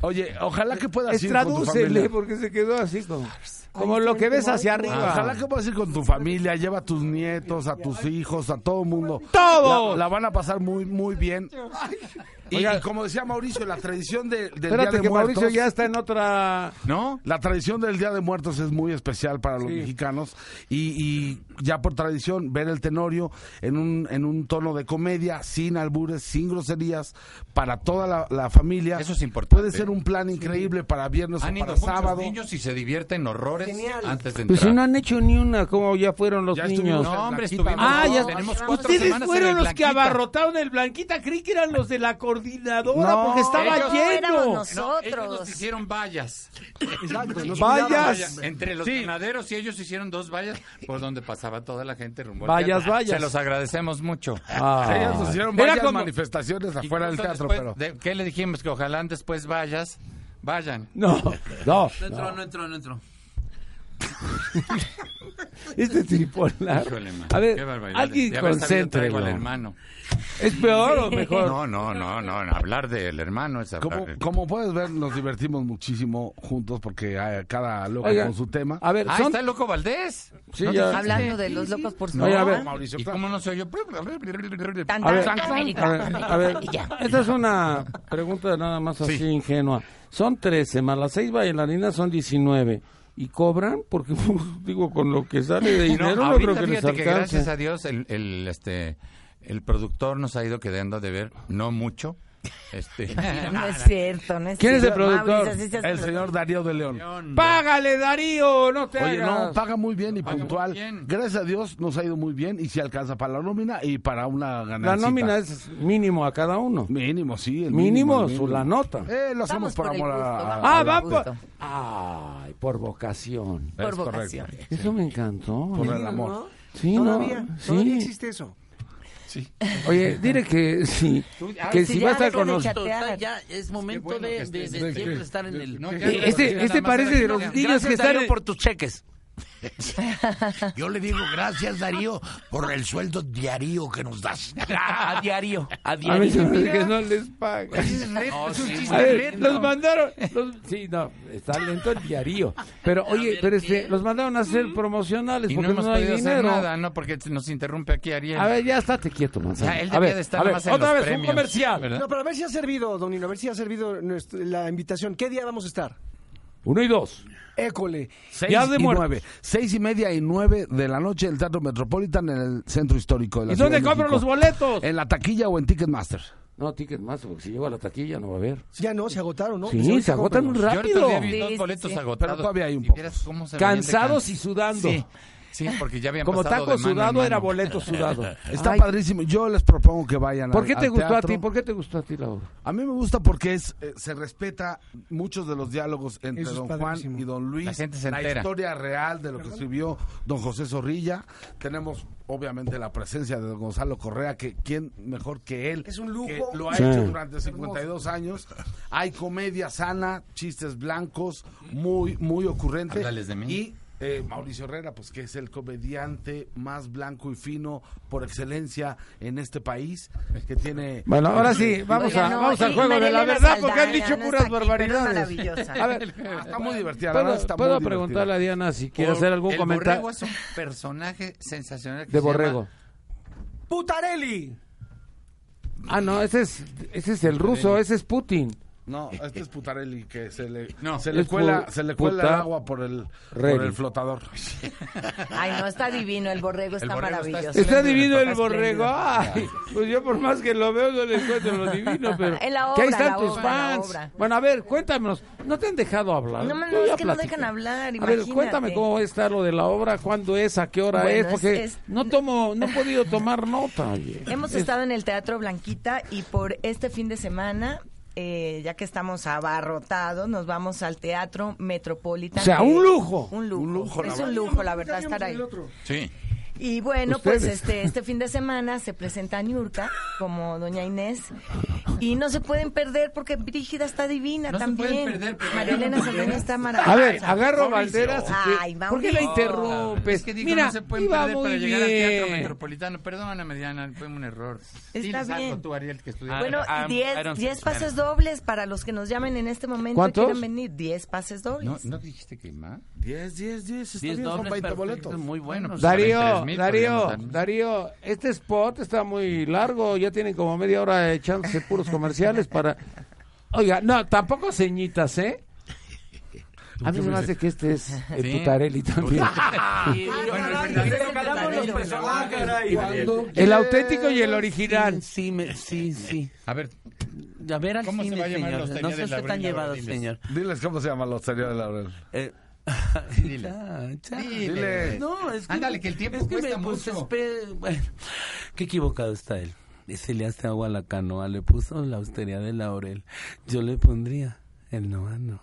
S6: Oye, ojalá que puedas
S5: Es
S6: ir con tu
S5: tradúcele,
S6: familia.
S5: porque se quedó así como, como lo que ves
S4: Ah,
S5: hacia arriba.
S3: Ah.
S6: Ojalá que puedas ir con tu familia, lleva a tus nietos, a tus hijos, a todo mundo.
S5: ¡Todos!
S6: La, la van a pasar muy, muy bien. Y, y como decía Mauricio, la tradición de- del Día
S5: Espérate
S6: de
S5: que
S6: Muertos...
S5: Mauricio ya está en otra...
S3: ¿No?
S6: La tradición del Día de Muertos es muy especial para los mexicanos y, y ya por tradición ver el Tenorio en un, en un tono de comedia, sin albures, sin groserías, para toda la, la familia.
S3: Eso es importante.
S6: Puede ser un plan increíble para viernes
S3: Han
S6: o
S3: ido
S6: para
S3: muchos
S6: sábado.
S3: niños y se divierten horrores antes de entrar.
S5: Pues si no han hecho ni una, como ya fueron los
S6: Ya
S5: niños.
S6: estuvimos
S3: No, hombre,
S6: Blanquita,
S3: estuvimos.
S5: Ah, ya
S3: tenemos cuatro
S5: Ustedes
S3: semanas en el
S5: fueron los que
S3: Blanquita.
S5: abarrotaron el Blanquita. Creí que eran los de la coordinadora
S6: No,
S5: porque estaba
S3: ellos-
S5: lleno.
S2: éramos
S3: No, ellos nos
S2: nosotros.
S3: hicieron vallas.
S4: Exacto, nos
S5: Vallas.
S4: cuidaban.
S3: Vallas. Entre los ganaderos y ellos hicieron dos vallas por donde pasaba toda la gente rumbo al
S5: Vallas,
S3: teatro.
S5: vallas.
S3: Se los agradecemos mucho.
S6: Ellas Ah. nos hicieron
S5: Era
S6: varias
S5: como-
S6: manifestaciones afuera del
S3: Incluso
S6: teatro, pero
S3: después de- ¿Qué le dijimos? Que ojalá después vayas. Vayan.
S5: No, no.
S7: No entró, no entró, no entró.
S5: Este tipo la-
S3: Híjole, man,
S5: A
S3: qué
S5: ver,
S3: barbaridad.
S5: alguien
S3: Ya ves, ahorita traigo al
S5: concéntrelo.
S3: hermano.
S5: ¿Es peor o mejor?
S3: No, no, no, no, no, Hablar del hermano es hablar
S6: como,
S3: del-
S6: como puedes ver, nos divertimos muchísimo juntos porque eh, cada loco
S5: Oiga,
S6: con su tema.
S5: A ver,
S3: Ah,
S5: son...
S3: está el loco Valdés.
S5: Sí,
S3: ¿No
S5: ya.
S3: te-
S2: Hablando de los locos por su
S5: Oye, a ver,
S2: mamá.
S6: Mauricio,
S3: ¿Y
S6: claro.
S3: cómo no se oyó?
S2: Tan,
S5: A ver,
S2: tan, tan,
S5: a ver, a ver,
S2: y ya.
S5: esta es una pregunta nada más así ingenua. Son 13, más las 6 bailarinas son 19. ¿Y cobran? Porque, (laughs) digo, con lo que sale de
S3: No,
S5: dinero no,
S3: ahorita
S5: creo que les
S3: fíjate que gracias
S5: alcance.
S3: a Dios el, el, este, el productor nos ha ido quedando de ver, no mucho.
S6: (laughs)
S3: Este,
S2: No es cierto, no es
S5: ¿Quién es el
S2: cierto.
S5: productor?
S2: Mauricio, sí se hace
S6: El señor Darío de León.
S5: ¡Págale, Darío! ¡No te
S6: Oye,
S5: hagas!
S6: no, paga muy bien y
S3: Paga muy
S6: puntual.
S3: bien.
S6: Gracias a Dios nos ha ido muy bien y se alcanza para la nómina y para una ganancia.
S5: La nómina es mínimo a cada uno.
S6: Mínimo, sí. el
S5: Mínimo,
S6: el
S5: su la nota.
S6: Eh, lo hacemos
S2: Vamos por
S6: por
S2: el
S6: amor a-
S2: gusto, vamos.
S6: a...
S5: Ah,
S2: por
S5: va
S2: gusto.
S5: por... Ay, por vocación.
S2: Por
S6: Es correcto.
S2: vocación.
S5: Eso me encantó.
S6: Por
S5: ¿eh?
S6: el amor.
S5: Sí, ¿no?
S4: Todavía,
S5: Sí.
S4: todavía existe eso.
S5: Oye, dile que ah, sí, que
S2: Ay,
S5: si
S2: sí,
S5: va a
S2: ya
S5: estar
S2: deja
S5: con
S2: de
S5: nosotros.
S2: chatear.
S11: Ya es momento
S3: bueno
S11: de,
S3: que
S11: de-
S3: estés.
S11: de siempre estar en el...
S3: No, que-
S11: Eh,
S5: Este,
S3: Nada
S5: este
S3: más
S5: parece de los
S3: aquí.
S5: niños que
S11: Gracias,
S5: están...
S11: Darío, por tus cheques.
S8: Yo le digo gracias, Darío, por el sueldo diario que nos
S11: (laughs)
S8: das.
S11: Ah, A diario, a
S5: A mí
S11: diario.
S5: se me hace que no les pagan.
S3: es un chiste
S5: A ver,
S3: lento.
S5: los mandaron. los- sí, no, está lento el diario. Pero oye, pero este, los mandaron a hacer promocionales
S3: Y no
S5: porque no,
S3: hemos
S5: hay
S3: podido hacer
S5: dinero.
S3: nada, ¿no? Porque nos interrumpe aquí Ariel.
S5: A ver, ya estate quieto,
S3: Ya,
S5: manzana.
S3: él
S5: a
S3: debía
S5: ver,
S3: de estar
S5: a ver,
S3: más en
S5: otra
S3: los
S5: vez un
S3: premios,
S5: comercial.
S3: ¿verdad?
S4: No, pero a ver si ha servido, don Nino, a ver si ha servido nuestra- la invitación. ¿Qué día vamos a estar?
S5: Uno y dos.
S4: École.
S6: Seis
S5: Ya de
S6: y
S5: muertos.
S6: nueve. Seis y media y nueve de la noche en el Teatro Metropolitan en el Centro Histórico de la
S5: ¿Y
S6: Ciudad
S5: dónde
S6: de
S5: compro
S6: México.
S5: los boletos?
S6: En la taquilla o en Ticketmaster.
S5: No, ticket más, porque si llego a la taquilla no va a haber.
S4: Ya no, se agotaron, ¿no?
S5: Sí,
S4: Pues
S5: se agotan muy
S4: cómprenos.
S3: Yo ahorita
S5: rápido.
S3: ya vi
S2: Sí,
S3: dos
S2: sí,
S3: boletos
S2: sí.
S3: agotados.
S6: Pero todavía hay un
S3: Si
S6: poco.
S3: vieras cómo se veían de
S5: Cansados
S3: cansados.
S5: y sudando.
S3: Sí, sí, porque ya habían
S5: Como
S3: pasado
S5: taco
S3: de mano en
S5: sudado era
S3: mano.
S5: boleto sudado.
S3: (laughs)
S6: Está
S5: Ay,
S6: padrísimo. Yo les propongo que vayan
S5: ¿Por
S6: al-
S5: qué te
S6: al
S5: gustó
S6: teatro.
S5: a ti? ¿Por qué te gustó a ti la obra?
S6: A mí me gusta porque es eh, se respeta muchos de los diálogos entre
S4: Eso es
S6: don
S4: padrísimo.
S6: Juan y don Luis.
S3: La gente se entera.
S6: historia real de lo que escribió don José Zorrilla. Tenemos obviamente la presencia de don Gonzalo Correa, que quién mejor que él.
S4: Es un lujo.
S6: que lo ha
S5: Sí.
S6: hecho durante 52 años. Hay comedia sana, chistes blancos, muy muy ocurrente.
S3: Háblales de mí.
S6: Y eh, Mauricio Herrera, pues que es el comediante más blanco y fino por excelencia en este país, que tiene
S5: Bueno, ahora sí, vamos,
S2: Oiga,
S5: a,
S2: no,
S5: vamos al
S2: y
S5: juego de la
S2: Marielena
S5: verdad, porque han
S2: Saldaña
S5: dicho
S2: no
S5: puras
S2: está aquí, pero es
S5: barbaridades.
S2: maravillosa.
S5: A ver, (laughs)
S6: Está muy divertida. la
S5: ¿puedo,
S6: verdad está
S5: puedo
S6: muy
S5: preguntarle a
S6: divertida.
S5: Diana si quiere
S3: Por-
S5: hacer algún
S3: el
S5: comentario
S3: Borrego es un personaje sensacional. que
S5: de
S3: se llama
S5: borrego?
S4: ¡Putarelli!
S5: Ah, no, ese es, ese es el ruso, ese es Putin.
S12: No, este es Putarelli, que se le,
S3: Eh, No.
S12: se le
S3: Es
S12: cuela,
S3: pu-
S12: se le cuela el
S3: puta-
S12: agua por el, por
S3: Relli.
S12: el flotador.
S3: (laughs)
S2: Ay, no, está divino, el borrego está
S12: borrego está
S2: maravilloso.
S5: Está divino el
S2: Está espléndido.
S5: borrego. Ay, pues yo por más que lo veo no le encuentro lo
S2: (laughs)
S5: divino, pero
S2: En la
S5: que ahí
S2: obra,
S5: están
S2: la
S5: tus
S2: obra, la
S5: fans.
S2: obra.
S5: Bueno, a ver, cuéntanos. ¿No te han dejado hablar?
S2: No, no,
S5: Tú
S2: es
S5: ya
S2: que no
S5: platica.
S2: dejan hablar,
S5: A ver,
S2: imagínate.
S5: cuéntame cómo está lo de la obra, cuándo es, a qué hora
S2: Bueno,
S5: es, porque
S2: es- es-
S5: no tomo, no he podido tomar nota.
S2: (laughs)
S5: oye.
S2: Hemos
S5: Es-
S2: estado en el Teatro Blanquita y por este fin de semana, eh, ya que estamos abarrotados, nos vamos al Teatro Metropolitan.
S5: O sea,
S2: que-
S5: un lujo.
S2: Un lujo.
S5: lujo, la
S2: es
S5: verdad.
S2: un lujo, la verdad, estar ahí.
S3: Sí.
S2: Y bueno, pues
S5: Ustedes.
S2: este, este fin de semana se presenta Niurka como Doña Inés. Y no se pueden perder porque Brígida está divina
S3: No se
S2: también.
S3: pueden perder, porque-
S2: María Elena Saldana está maravillosa.
S5: A ver, agarro
S2: Mauricio.
S5: banderas.
S2: Ay,
S5: ¿Por qué la
S2: Mauricio.
S5: interrumpes?
S3: Es que dijo,
S5: Mira,
S3: no se pueden
S5: iba
S3: perder
S5: muy
S3: para llegar al Teatro
S5: bien.
S3: Metropolitano. Perdóname, Diana, fue un error. Diles algo
S2: bien.
S3: tú, Ariel, que estudiaste.
S2: Bueno,
S3: Ah, I
S2: 10
S3: don't
S2: diez
S3: speak
S2: pases dobles para los que nos llamen en este momento
S3: ¿Cuántos?
S2: y quieran venir. 10 pases dobles.
S3: Spanish. ¿No, ¿No dijiste que más?
S12: 10, 10, 10. Está
S3: Diez
S12: bien, son
S3: dobles
S12: 20
S3: perfectos,
S12: boletos.
S3: muy bueno.
S12: pues,
S5: Darío,
S12: 43,000
S5: Darío,
S12: podríamos dar.
S5: Darío, este spot está muy largo, ya tienen como media hora echándose puros comerciales para... Oiga, no, tampoco ceñitas,
S12: (laughs)
S5: ¿eh? A mí se me hace que este es el
S13: Sí.
S12: (laughs)
S5: putarelli también. (laughs)
S13: Y- bueno, los personajes, caray.
S5: El auténtico y el original.
S8: Sí, me- sí, sí.
S3: A ver.
S8: A ver al
S12: ¿Cómo se
S8: cine,
S12: va a llamar
S8: señor.
S12: la hostería
S8: No
S12: de
S8: se
S12: Laurel?
S8: tan
S12: A ver,
S8: llevado,
S12: diles.
S8: señor. Eh,
S12: Diles cómo se llama la hostería de Laurel.
S8: Cha, cha.
S3: Dile.
S12: Dile.
S8: No, es que,
S3: Ándale, que el tiempo
S8: es que
S3: cuesta
S8: me pues, puse
S3: mucho.
S8: espe- Bueno, qué equivocado está él. Ese le hace agua a la canoa, le puso la austeridad de laurel. Yo le pondría el noa noa.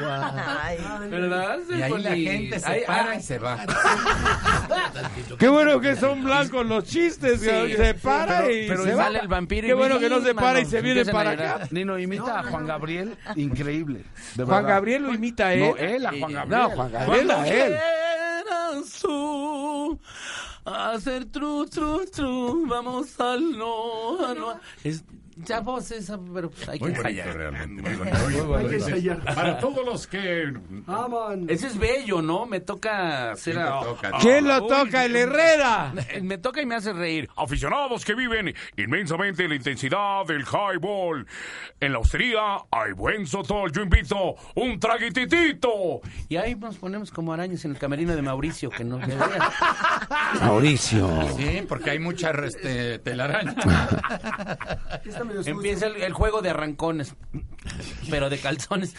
S2: Ay.
S8: ¿Verdad?
S3: Y ahí la gente se
S8: Ay,
S3: para
S8: ay.
S3: y se va.
S5: Qué bueno que son blancos los chistes,
S8: Sí,
S5: que se
S8: sí,
S5: para
S8: pero-
S5: y
S8: pero
S5: se
S8: y
S5: va.
S8: sale el vampiro y
S5: Qué bueno
S8: mira,
S5: que no se
S8: mano,
S5: para y se viene
S8: empiezan a
S5: para
S8: llorar.
S5: acá.
S12: Nino imita a Juan Gabriel, increíble. de
S5: Juan
S12: verdad.
S5: Gabriel lo imita, ¿eh?
S12: No, él, a Juan Gabriel.
S5: No, Juan Gabriel
S8: Cuando
S5: a él.
S8: quieras tú hacer tru, tru, tru, vamos al no, a no. Es, ya vos esa, pero hay que
S14: Muy bonito,
S8: ensayar.
S14: realmente. Muy bonito. Muy bonito. Para todos los que.
S8: Ese es bello, ¿no? Me toca hacer a...
S5: ¿Quién lo toca? El Herrera.
S8: Me toca y me hace reír.
S14: Aficionados que viven inmensamente la intensidad del highball. En la hostería hay buen sotol. Yo invito un traguititito.
S8: Y ahí nos ponemos como arañas en el camerino de Mauricio, que no
S5: Mauricio.
S3: Sí, porque hay mucha este, telaraña.
S8: Empieza el, el juego de arrancones, pero de calzones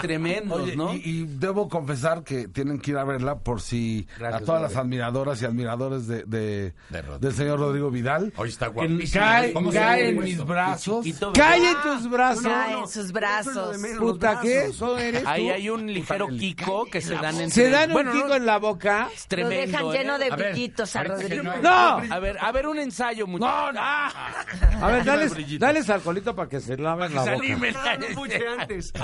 S8: tremendos,
S12: Oye,
S8: ¿no?
S12: y, y debo confesar que tienen que ir a verla por si
S8: Gracias,
S12: a todas
S8: Rodrigo.
S12: las admiradoras y admiradores de, de- del señor Rodrigo Vidal.
S14: Hoy está
S12: que
S14: guapísimo.
S12: Cae,
S14: ¿Cómo se
S12: cae
S14: llama
S12: en
S14: esto?
S12: mis brazos.
S5: Cae en tus brazos.
S2: Cae en sus brazos.
S5: Puta, ¿qué? Eso eres
S8: Ahí
S5: tú.
S8: hay un ligero kiko que se dan en
S5: Se dan un pico en la boca.
S2: Lo dejan lleno de brillitos a
S8: ahorita que
S2: Rodrigo.
S5: no-
S8: ¿eh? A ver, a ver un ensayo, muchachos. Ah.
S5: A ver, dales, dales alcoholito para que se laven la boca.
S8: (laughs)
S12: No,
S3: Oye,
S12: sí,
S3: pues,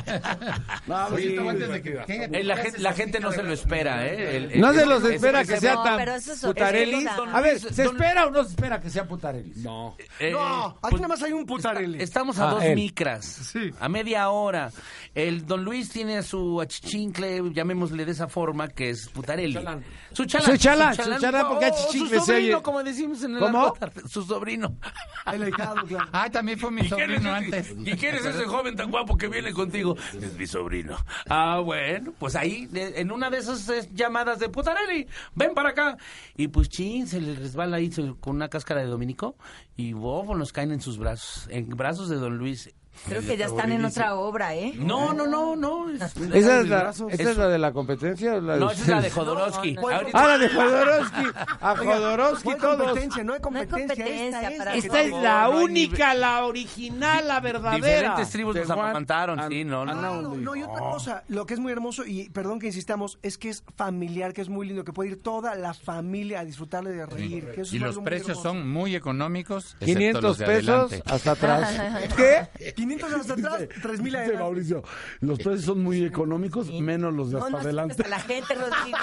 S3: estaba antes
S12: sí,
S3: de que-
S12: sí.
S3: ¿qué?
S8: Eh, la, gente, la gente no se lo espera, ¿eh? El- el-
S5: No se los
S8: es- eh,
S5: espera que
S8: es-
S5: sea
S2: No,
S5: tan
S2: pero eso es-
S5: putarelis.
S2: eso es-
S5: A ver, ¿se espera o no se espera que sea putarelis?
S12: No.
S8: eh,
S4: No, aquí
S8: pues,
S4: nada más hay un putarelli.
S8: Estamos a
S5: Ah,
S8: dos
S5: él.
S8: micras, a media hora. El don Luis tiene a su achichincle, llamémosle de esa forma, que es putarelli. Su chalán.
S5: Su chalán, su chalán, porque
S8: Oh,
S5: achichincle
S8: Su
S5: se
S8: sobrino,
S5: oye.
S8: como decimos en el
S5: ¿Cómo?
S8: Alcotar, Su sobrino. ah,
S3: Ay, también fue mi sobrino antes.
S8: ¿Y quién es ese joven tan guapo que viene contigo? Es mi sobrino. Ah, bueno, pues ahí, de- en una de esas eh, llamadas de putarelli, ven para acá. Y pues chin, se le resbala ahí se le- con una cáscara de Dominico y bobo nos caen en sus brazos, en brazos de don Luis.
S2: Creo que ya están en otra obra, ¿eh?
S8: No, no, no, no. (laughs) es-
S5: ¿Esa es la,
S8: Brazos.
S5: esa es la de la competencia? o la de
S8: No, esa es la de
S5: ustedes?
S8: Jodorowsky.
S4: No, no, no.
S8: Ahorita-
S5: Ah, la de Jodorowsky. A
S4: Oiga,
S5: Jodorowsky
S4: no hay
S5: todos.
S4: competencia, no hay competencia.
S2: competencia
S4: esta
S2: para-
S4: es.
S5: Esta es la única, la original, la verdadera.
S8: Diferentes tribus nos amamantaron, sí, no, no.
S12: Ana
S4: No,
S12: Only.
S4: no, y otra cosa, lo que es muy hermoso, y perdón que insistamos, es que es familiar, que es muy lindo, que puede ir toda la familia a disfrutarle de reír. que eso
S3: Y
S4: es
S3: los
S4: algo muy
S3: precios
S4: hermoso.
S3: son muy económicos. excepto
S5: 500
S3: los de
S5: pesos
S3: adelante.
S5: hasta atrás. ¿Qué?
S4: 500 hasta atrás, 3000
S12: Dice
S4: adelante.
S12: Mauricio, los precios son muy económicos, menos los de
S2: No,
S12: hasta
S2: no,
S12: adelante.
S2: hasta la
S12: (laughs)
S2: gente, Rodrigo.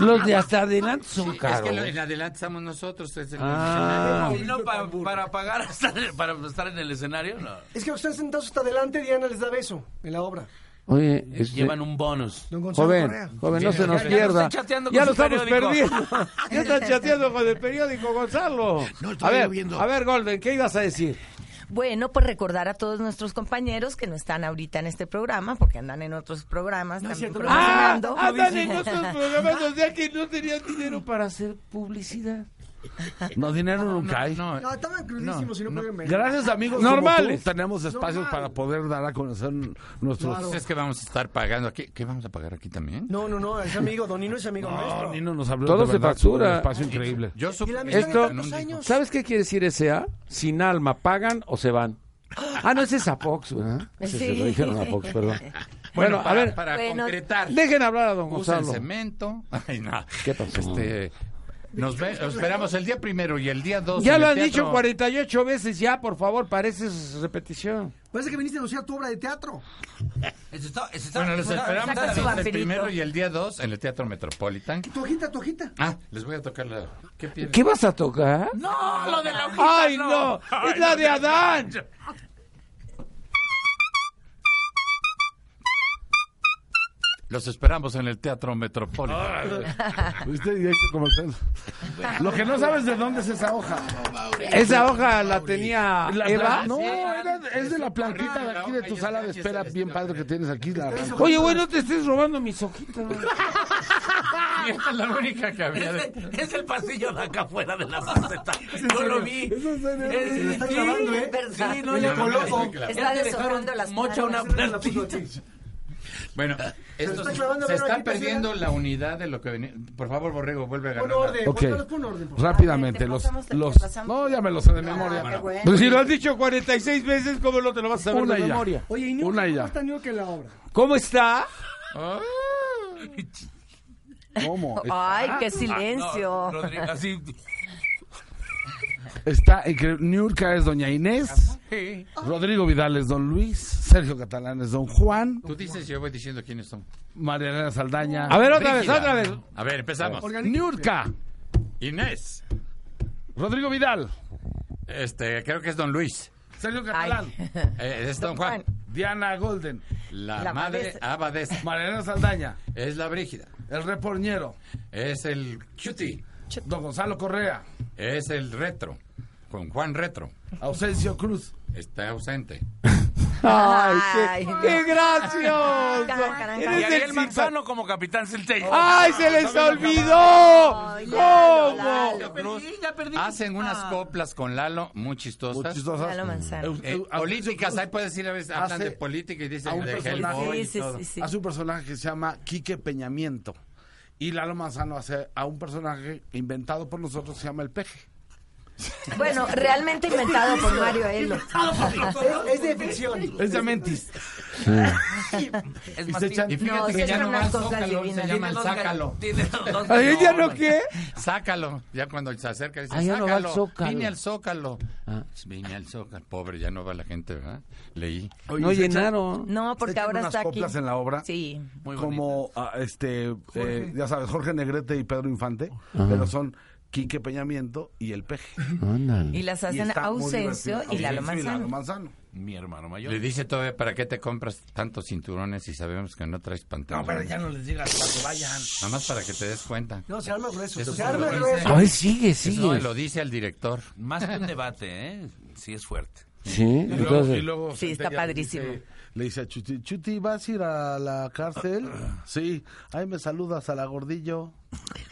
S5: Los de hasta adelante son
S3: Es que
S5: caros.
S3: lo- en adelante estamos nosotros. es el-
S5: Ah.
S8: Y no pa- para pagar (laughs) hasta- para estar en el escenario, no.
S4: Es que los están sentados hasta adelante, Diana les da beso en la obra.
S5: Oye, este,
S8: Llevan un bonus.
S4: Don Gonzalo Correa.
S5: Joven, joven, no se nos
S8: Ya
S5: pierda.
S8: están chateando con
S5: Ya lo
S8: su
S5: estamos
S8: periódico.
S5: perdiendo.
S8: (laughs)
S5: Ya están chateando con el periódico, Gonzalo.
S15: No, estoy
S5: A ver,
S15: lloviendo.
S5: a ver, Golden, ¿qué ibas a decir?
S2: Bueno, pues recordar a todos nuestros compañeros que no están ahorita en este programa, porque andan en otros programas también
S8: Ah,
S2: promocionando. (laughs)
S8: andan en otros programas, o sea que no tenían dinero para hacer publicidad.
S5: No, dinero nunca hay.
S4: No, estaban crudísimos y no, pueden venir.
S5: Gracias, amigos.
S8: Normales.
S5: Normales. tenemos espacios para poder dar a conocer nuestros.
S4: Claro.
S3: Es que vamos a estar pagando aquí. ¿Qué vamos a pagar aquí también?
S4: No, no, no, es amigo. Don Nino es amigo nuestro.
S5: Nino nos habló
S8: Todo
S5: de
S8: se
S5: verdad,
S8: factura.
S5: Un espacio increíble.
S3: Yo
S4: Y la amistad de
S8: Esto,
S4: tantos años.
S8: ¿sabes qué quiere decir S.A.? Sin alma, pagan o se van. Ah, no, ese es Apox, ¿verdad? Ese
S2: Sí.
S8: Se lo dijeron a Apox, perdón.
S3: Bueno,
S8: Bueno,
S3: para,
S8: a ver,
S3: para
S2: Bueno.
S3: concretar,
S8: dejen hablar a don
S3: usen
S8: Gonzalo.
S3: cemento. Ay, no.
S8: ¿Qué pasó?
S3: Este, nos ve- nos esperamos el día primero y el día dos.
S8: Ya
S3: en
S8: lo
S3: el
S8: han dicho
S3: teatro.
S8: 48 veces, ya, por favor, parece repetición.
S4: Parece que viniste a anunciar tu obra de teatro.
S3: Bueno, los esperamos
S2: saca su
S3: entonces el
S2: vampirito.
S3: primero y el día dos en el Teatro Metropolitan.
S4: Tu hojita, tu hojita.
S3: Ah, les voy a tocar la... ¿Qué pierden?
S8: ¿Qué vas a tocar?
S3: No, lo de la hojita
S8: ¡Ay, no! ¡Es la de Adán!
S3: Los esperamos en el Teatro Metropolitan.
S5: ¿Viste? Y hay que comercial. Lo que no sabes de dónde es esa hoja.
S8: Esa hoja la tenía
S5: La-
S8: Eva.
S5: la- no, era- es de la plantita de aquí de tu sala de espera, bien padre que tienes aquí. La
S8: Oye, güey, no te estés robando mis hojitas.
S3: Esta es la única que había de...
S1: Es el pasillo de acá afuera de la maceta. Yo lo vi.
S4: Se está
S1: Sí,
S4: grabando, ¿eh?
S1: Sí, no, ya
S4: Con loco.
S2: Está deshojando las
S1: mocha una
S2: plantas.
S1: plantita.
S4: (laughs)
S3: Bueno, esto
S4: está
S3: se,
S4: clavando
S3: se
S4: la
S3: está
S4: hojita,
S3: perdiendo
S4: ¿sí?
S3: la unidad de lo que venía. Por favor, Borrego, vuelve a
S4: Pon
S3: ganar.
S4: orden,
S5: Ok.
S4: pon- pon orden. por favor.
S5: Rápidamente,
S2: Te
S5: los,
S2: pasamos, te
S5: los...
S2: pasamos.
S5: No, ya me lo sé de memoria.
S2: Ah, qué bueno.
S8: Pues si lo has dicho 46 veces, ¿cómo no te lo vas a saber
S5: Una
S8: de
S5: y ya.
S8: memoria?
S4: Oye, ¿y Nino,
S5: Una y ya.
S4: ¿cómo está Nino que la obra?
S8: ¿Cómo está?
S3: Ah.
S5: ¿Cómo?
S2: Ay, qué silencio.
S1: Rodrigo, así.
S5: (laughs) Está increíble. Niurka es doña Inés. Rodrigo Vidal es don Luis. Sergio Catalán es don Juan.
S3: Tú dices, yo voy diciendo quiénes son.
S5: María Elena Saldaña.
S8: A ver, otra vez,
S3: Brígida.
S8: otra vez.
S3: A ver, empezamos.
S5: Niurka.
S3: Inés.
S5: Rodrigo Vidal.
S3: Este, creo que es Don Luis.
S5: Sergio Catalán.
S2: Ay.
S3: (laughs) Eh, es Don Juan.
S5: Diana Golden.
S3: La,
S2: La
S3: madre
S2: madre-
S3: abadesa.
S5: María Elena Saldaña.
S3: Es la Brígida.
S5: El reporñero.
S3: Es el Cutie.
S5: Don Gonzalo Correa.
S3: Es el Retro. Con Juan Retro.
S5: Ausencio Cruz.
S3: Está ausente.
S8: ¡Ay,
S2: Ay,
S8: qué, qué gracioso!
S2: Caramba, caramba.
S1: Y
S8: Eres
S1: Ariel
S8: el
S1: Manzano como capitán Centello.
S8: ¡Ay, se les olvidó!
S2: Ay, Lalo,
S8: ¿Cómo?
S2: Lalo.
S1: ya perdí.
S3: Hacen unas coplas con Lalo muy chistosas.
S2: Lalo Manzano.
S3: Eh, políticas, ahí puedes ir a veces, hablan
S5: hace
S3: de política y
S5: a
S3: dicen
S5: un
S3: de
S5: personaje.
S3: Hellboy y
S2: Sí, sí,
S3: todo.
S2: sí, sí.
S5: Hace un personaje que se llama Quique Peñamiento. Y Lalo Manzano hace a un personaje inventado por nosotros que se llama El Peje.
S2: Bueno, realmente inventado por Mario Elo.
S4: Es, es de ficción.
S5: Es de Mentis.
S1: Es
S5: Y
S1: más,
S5: se
S1: tiene-
S5: echan-
S3: Y
S2: No,
S3: fíjate
S2: sí
S3: que ya
S2: son
S3: no
S2: unas
S3: van
S2: cosas
S3: Zócalo, se
S2: divinas.
S3: llaman
S1: dos-
S3: Sácalo.
S1: tiene dos-
S8: Ay, ¿ya no qué?
S3: Sácalo. Ya cuando se acerca dice,
S8: Ah, ya no va al
S3: sácalo.
S8: Zócalo.
S3: Vine al Zócalo. Vine al Zócalo. Pobre, ya no va la gente, ¿verdad? Leí.
S8: No llenaron.
S2: No, porque
S5: echan
S2: ahora
S5: unas
S2: está aquí.
S5: coplas en la obra.
S2: Sí.
S1: Muy
S5: como ah, este, eh, ya sabes, Jorge Negrete y Pedro Infante, pero son Quique Peñamiento y El Peje.
S2: Y las
S5: Y
S2: hacen
S5: está muy
S2: Ausencio
S5: divertido.
S2: y Lalo
S5: Ausencio
S2: Manzano.
S5: Manzano.
S1: Mi hermano mayor.
S3: Le dice todavía, ¿para qué te compras tantos cinturones si sabemos que no traes pantalones?
S5: Pero ya no les digas cuando vayan.
S3: Nada más para que te des cuenta.
S4: No, se arma grueso.
S3: Eso
S4: se
S3: es
S4: arma
S3: lo que
S4: grueso.
S8: A ver, sigue,
S3: Eso
S8: sigue.
S3: lo dice el director.
S1: Más que un debate, ¿eh? Sí es fuerte.
S8: Sí,
S5: Y luego, y
S8: entonces.
S5: luego
S2: Sí, está
S5: Centella le
S2: padrísimo.
S5: dice- Le dice a Chuti, Chuti, ¿vas a ir a la cárcel? Sí. Ahí me saludas a la gordillo.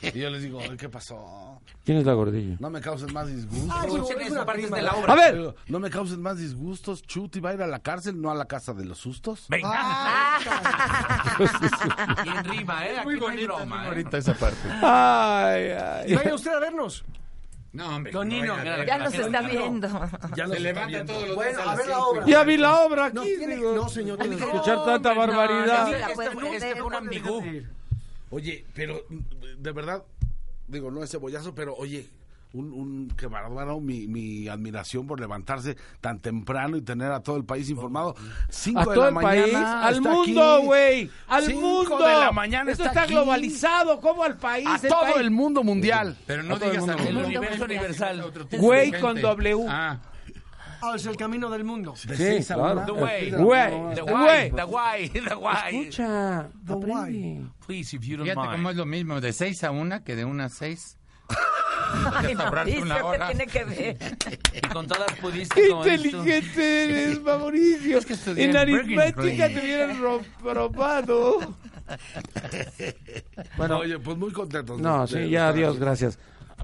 S5: Y yo les digo, "Ay, ¿qué pasó?
S8: ¿Quién es la gordilla?
S5: No me causes más disgustos.
S4: Ay,
S1: Escuchen
S4: es
S1: esa
S4: una
S1: parte es
S4: prima.
S1: de la obra.
S8: A ver,
S5: Digo, No me causes más disgustos. Chuti va a ir a la cárcel, no a la casa de los sustos.
S1: Venga. Bien rima, ¿eh? Aquí no hay broma, ¿eh?
S3: Ahorita esa parte.
S8: Ay, ay.
S4: Vaya usted a vernos.
S3: No, hombre.
S1: Don
S3: no
S1: Nino,
S3: vayan a
S1: mira,
S3: ver.
S2: Ya nos está viendo.
S5: Ya los
S3: Se
S5: está
S3: levanta
S5: viendo.
S3: todos los días
S4: Bueno,
S3: a
S4: a
S3: las
S4: ver la
S3: cinco y
S4: obra.
S8: Ya vi la obra
S4: No,
S8: aquí,
S4: tiene-
S8: digo.
S4: no, señor. tiene que-
S8: Escuchar tanta
S2: no,
S8: barbaridad.
S2: no, no.
S1: Este
S2: La
S1: fue,
S2: puedes
S1: este fue un
S2: poner,
S1: ambigú.
S5: Oye, pero mm, de verdad, digo, no es cebollazo, pero oye, un, un que bárbaro, mi, mi admiración por levantarse tan temprano y tener a todo el país informado. Cinco
S8: A
S5: de
S8: todo
S5: la
S8: el
S5: mañana,
S8: país, al
S5: está
S8: mundo,
S5: aquí.
S8: güey, al
S5: Cinco
S8: mundo.
S5: de la mañana
S8: Esto
S5: está
S8: está
S5: aquí.
S8: globalizado, como al país.
S5: A todo
S8: país.
S5: el mundo mundial.
S3: Pero no digas al
S1: El
S3: mundo.
S1: universo universal.
S3: Otro tipo
S8: Güey
S3: de
S8: con
S3: gente.
S8: W.
S3: Ah,
S4: Ah, es el camino del mundo.
S5: De
S8: Sí,
S5: seis a
S8: claro.
S5: una.
S1: The way.
S8: Güey,
S1: The
S8: güey.
S1: why. The
S5: (laughs)
S1: why. The why.
S8: Escucha, aprende.
S1: Please, if you don't
S3: fíjate
S1: mind.
S3: cómo es lo mismo, de 6 a 1 que de 1 a 6. Dejaste ahorrarte una hora.
S16: tiene que ver.
S8: Y con todas pudiste.
S5: Qué
S8: como dices tú.
S5: inteligente eres, Mauricio.
S8: estudié
S5: en
S8: en
S5: aritmética
S8: Berkeley.
S5: te hubieran ro- robado.
S17: Bueno, oye, pues muy contentos.
S5: No,
S17: de-
S5: sí,
S17: de-
S5: ya,
S17: de-
S5: adiós, gracias.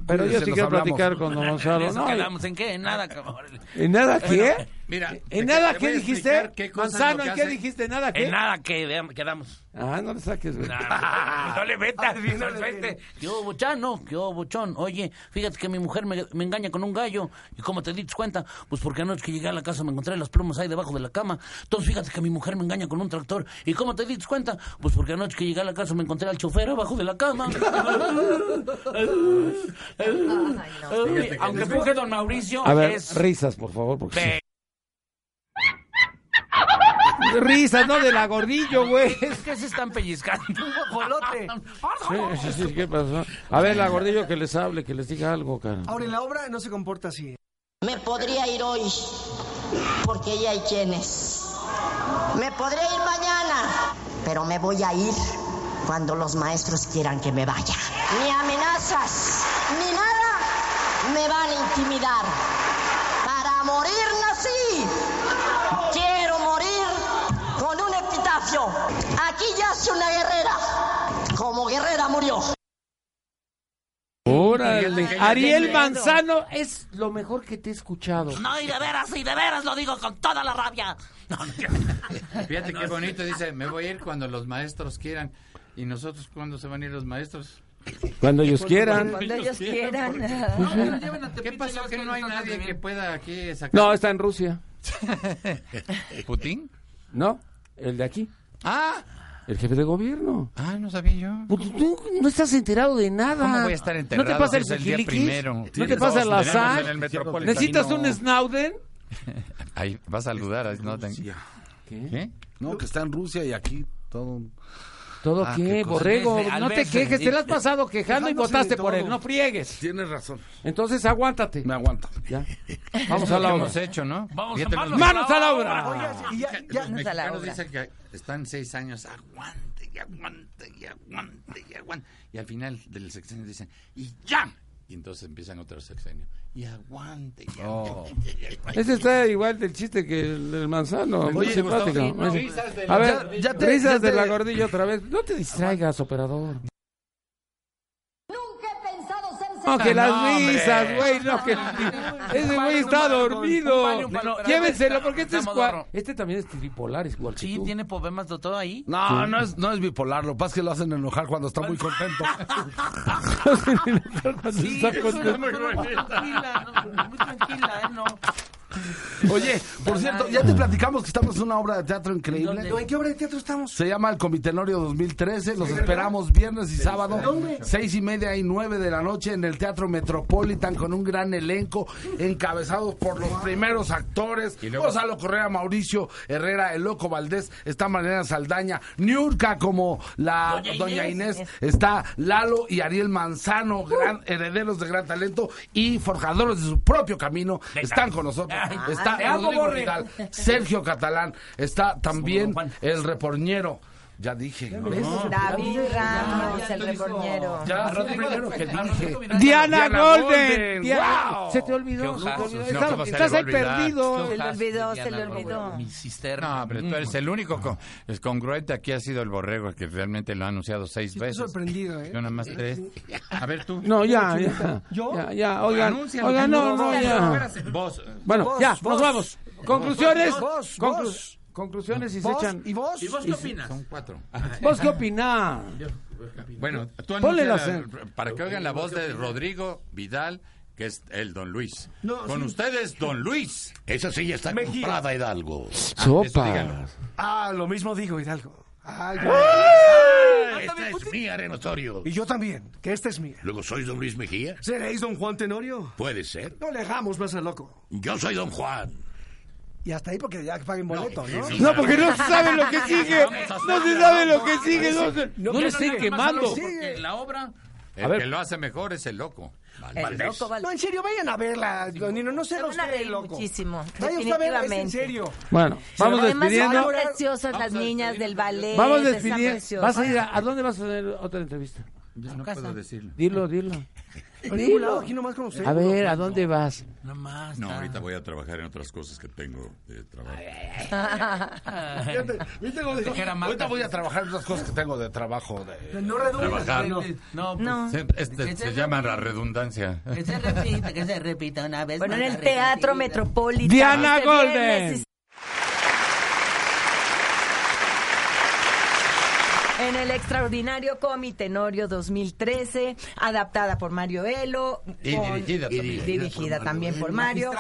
S5: Pero
S17: Cuídense,
S5: yo sí
S17: nos
S5: quiero
S17: hablamos.
S5: platicar con don (laughs) Gonzalo.
S8: ¿En eso
S5: No, eh.
S8: quedamos? ¿En qué? En nada, cabrón.
S5: ¿En nada qué?
S8: Bueno, eh,
S3: Mira,
S5: ¿En
S8: te-
S5: nada
S8: te
S5: qué
S8: voy a
S5: dijiste?
S8: explicar qué cosas
S5: Manzano,
S8: lo que
S5: ¿en qué
S8: hace-
S5: dijiste? ¿Nada qué?
S8: En nada que veamos- quedamos.
S5: Ah, no le saques, güey.
S8: Ah, (laughs) no este. le metas, bien al frente. Yo, bochano, yo, bochón. Oye, fíjate que mi mujer me, me engaña con un gallo. ¿Y cómo te diste cuenta? Pues porque anoche que llegué a la casa me encontré las plumas ahí debajo de la cama. Entonces, fíjate que mi mujer me engaña con un tractor. ¿Y cómo te diste cuenta? Pues porque anoche que llegué a la casa me encontré al chofer abajo de la cama. Oye, Aunque fue que don Mauricio
S5: A ver,
S8: es...
S5: risas, por favor. porque-
S8: Pe-
S5: Risas, no de la gordillo, güey.
S8: Es que se están pellizcando.
S4: Guajolote.
S5: Sí, sí, sí, ¿qué pasó? A ver, la gordillo que les hable, que les diga algo, cara.
S4: Ahora, en la obra no se comporta así. ¿eh?
S2: Me podría ir hoy, porque ya hay quienes. Me podría ir mañana, pero me voy a ir cuando los maestros quieran que me vaya. Ni amenazas, ni nada me van a intimidar. Para morir nací. Quiero morir con un epitafio. Aquí yace una guerrera. Como guerrera murió.
S5: Órale.
S2: Ay,
S5: Ariel
S2: qué miedo.
S5: Manzano es lo mejor que te he escuchado.
S1: No, y de veras, y de veras lo digo con toda la rabia. No, no,
S3: Fíjate qué bonito, dice, me voy a ir cuando los maestros quieran. ¿Y nosotros cuándo se van a ir los maestros?
S5: Cuando ellos quieran.
S16: Cuando ellos quieran.
S3: ¿Qué pasó que no hay nadie que pueda aquí sacar?
S5: No, está en Rusia.
S3: ¿Putin?
S5: No, el de aquí.
S3: Ah,
S5: El jefe de gobierno.
S3: ah, no sabía yo.
S5: Porque Pues tú no estás enterado de nada.
S3: ¿Cómo voy a estar enterado
S5: Ah, ¿No te pasa el
S3: si es el día
S5: sujiliquis?
S3: primero?
S5: ¿No te
S3: Tienes
S5: pasa
S3: dos,
S5: la
S3: tenemos
S5: azar?
S3: en el Metropolitano.
S5: ¿Necesitas un Snowden?
S3: Ahí vas a saludar, ahí no te-
S5: ¿Qué?
S17: No, que está en Rusia y aquí todo.
S5: ¿Todo
S17: Ah,
S5: qué,
S17: qué
S8: pues,
S17: cosa.
S5: borrego?
S17: Al
S5: No te
S17: verse,
S5: quejes, te lo has
S17: eh,
S5: pasado quejando y
S17: quejándose de
S5: votaste por
S17: todo.
S5: él. No friegues.
S17: Tienes razón.
S5: Entonces aguántate.
S17: Me aguanto.
S5: Ya.
S17: (laughs)
S5: Vamos a la obra.
S3: hemos hecho, ¿no?
S5: Vamos
S3: Fíjate,
S5: a
S3: los-
S5: manos a la obra.
S3: Oiga,
S4: Y ya, ya-
S3: Los mexicanos dicen que están seis años, aguante y aguante y aguante y aguante. Y al final del sexenio dicen, y ya. Y entonces empiezan otro sexenio. Y aguante y
S17: Oh.
S3: aguante. y aguante.
S5: Ese está igual del chiste que el, del manzano. muy
S3: Gustavo,
S5: simpático.
S3: sí, no,
S5: Ese.
S3: risas de
S5: a
S3: la-
S5: ver,
S3: ya te-
S5: risas
S3: ya
S5: de
S3: te-
S5: la gordilla otra vez. No te distraigas, operador.
S2: Nunca he pensado ser
S5: No, que las
S2: senador.
S5: risas, güey, no, que ese güey está dormido. Llévenselo, porque este es cua- Este también es tripolar, es igual
S8: Sí, tiene problemas de todo ahí.
S17: No, no, es, no es bipolar. Lo que pasa es que lo hacen enojar cuando está muy contento.
S5: Sí, está
S17: eso
S5: contento.
S17: es muy bueno.
S8: Tranquila, muy tranquila, ¿eh? No.
S17: Oye, por cierto, ya te platicamos que estamos en una obra de teatro increíble.
S4: ¿En qué obra de teatro estamos?
S17: Se llama El Comitenorio 2013. Los esperamos viernes y sábado,
S4: ¿Dónde?
S17: seis y media y nueve de la noche en el Teatro Metropolitan con un gran elenco encabezados por los primeros actores. Gonzalo Correa, Mauricio Herrera, El Loco Valdés, está Mariana Saldaña, Niurka como la
S8: Doña
S17: Doña,
S8: Inés.
S17: Inés. está Lalo y Ariel Manzano,
S4: Uh.
S17: gran, herederos de gran talento y forjadores de su propio camino. Están con nosotros.
S8: Ay,
S17: Está
S3: Ah,
S8: te amo,
S17: Rodrigo
S8: Borre.
S17: Vidal, Sergio Catalán,
S3: (laughs)
S17: está también el reporñero. Ya dije. ¿no?
S16: David Ramos, el reportero.
S17: Ya, lo primero que dije.
S5: Diana,
S17: Diana
S5: Golden.
S17: Golden,
S5: Diana-
S17: wow.
S5: Se te olvidó. se te olvidó.
S3: No,
S5: Estás-
S3: ¿cómo se le
S5: Estás
S3: va a
S5: ahí
S3: olvidar?
S5: perdido.
S16: Se le olvidó, se le olvidó.
S8: Mi
S17: Mm.
S8: cisterna.
S3: No, pero tú eres el único co- es congruente. Aquí ha sido el borrego que realmente lo ha anunciado seis
S4: Yo estoy
S3: veces.
S4: sorprendido, ¿eh?
S3: Yo nada más tres. A ver tú.
S5: No, ya, ya.
S4: ¿Yo?
S5: Ya, ya, oigan.
S3: Anúncialo.
S5: Oigan, no, no, ya.
S3: Espérate, Vos. eh,
S5: Bueno,
S4: Vos,
S5: ya,
S4: vos.
S5: nos vamos. Conclusiones.
S4: Vos, vos,
S5: conclu-
S4: vos.
S5: Conclusiones y se
S4: ¿Vos?
S5: echan.
S4: ¿Y vos?
S1: ¿Y vos qué opinas?
S3: Son cuatro.
S5: ¿Vos qué opinás?
S3: Ah, Bueno, tú
S5: Ponle
S3: anuncia
S5: la-
S3: la- para que oigan la voz de Rodrigo Vidal, que es el Don Luis.
S4: No,
S3: Con
S4: sí.
S3: ustedes, Don Luis.
S18: Esa sí ya está comprada, Hidalgo.
S5: Sopa.
S4: Ah, lo mismo digo, Hidalgo. Ay,
S18: Esta es mía, Renotorio.
S4: y yo también, que esta es mía.
S18: Luego, ¿sois don Luis Mejía?
S4: ¿Seréis don Juan Tenorio?
S18: Puede ser.
S4: No le dejamos más al loco.
S18: Yo soy don Juan.
S4: Y hasta ahí porque ya que paguen boleto, ¿no?
S5: No, porque no se sabe lo que sigue. No se sabe lo que sigue. No, se- no
S8: Ya
S5: le
S8: nada
S5: estén
S8: más
S5: quemando.
S4: pues
S8: hablo porque La obra.
S3: El que lo hace mejor es el loco.
S16: El
S18: Valdés.
S16: loco
S4: No,
S16: Valdés.
S4: en serio, vayan a verla, don Nino, no se
S16: Se
S4: lo
S16: van a reír
S4: loco.
S16: muchísimo,
S4: Vaya usted a verla, es en
S16: definitivamente.
S4: serio.
S5: Bueno, vamos
S16: Además,
S5: despidiendo.
S16: son preciosas las niñas del ballet.
S5: Vamos
S16: están
S5: despidiendo.
S16: preciosas.
S5: Vas a ir a, ¿a dónde vas a hacer otra entrevista?
S3: Yo no puedo decirlo.
S5: Dilo, dilo.
S4: A ningún lado, aquí nomás con usted.
S5: A ver, ¿a dónde vas?
S3: No, ahorita voy a trabajar en otras cosas que tengo de trabajo.
S6: (laughs) Fíjate, ¿viste cómo dijo?
S3: Dijera Marta.
S6: Ahorita voy a trabajar en otras cosas que tengo de trabajo. De, pues,
S3: No redundas, Trabajar. no.
S10: No,
S2: No.
S3: Se, este, se llama la redundancia.
S10: Que se repita, que se repita una vez.
S2: Bueno, en
S10: más,
S2: el
S10: la
S2: Teatro
S10: repetida.
S2: Metropolitano.
S10: Diana
S2: este viernes
S10: Golden.
S2: y- En el extraordinario Comité Norio 2013, adaptada por Mario Velo.
S3: Y
S2: con-
S3: dirigida
S2: y
S3: también.
S2: dirigida también por Mario.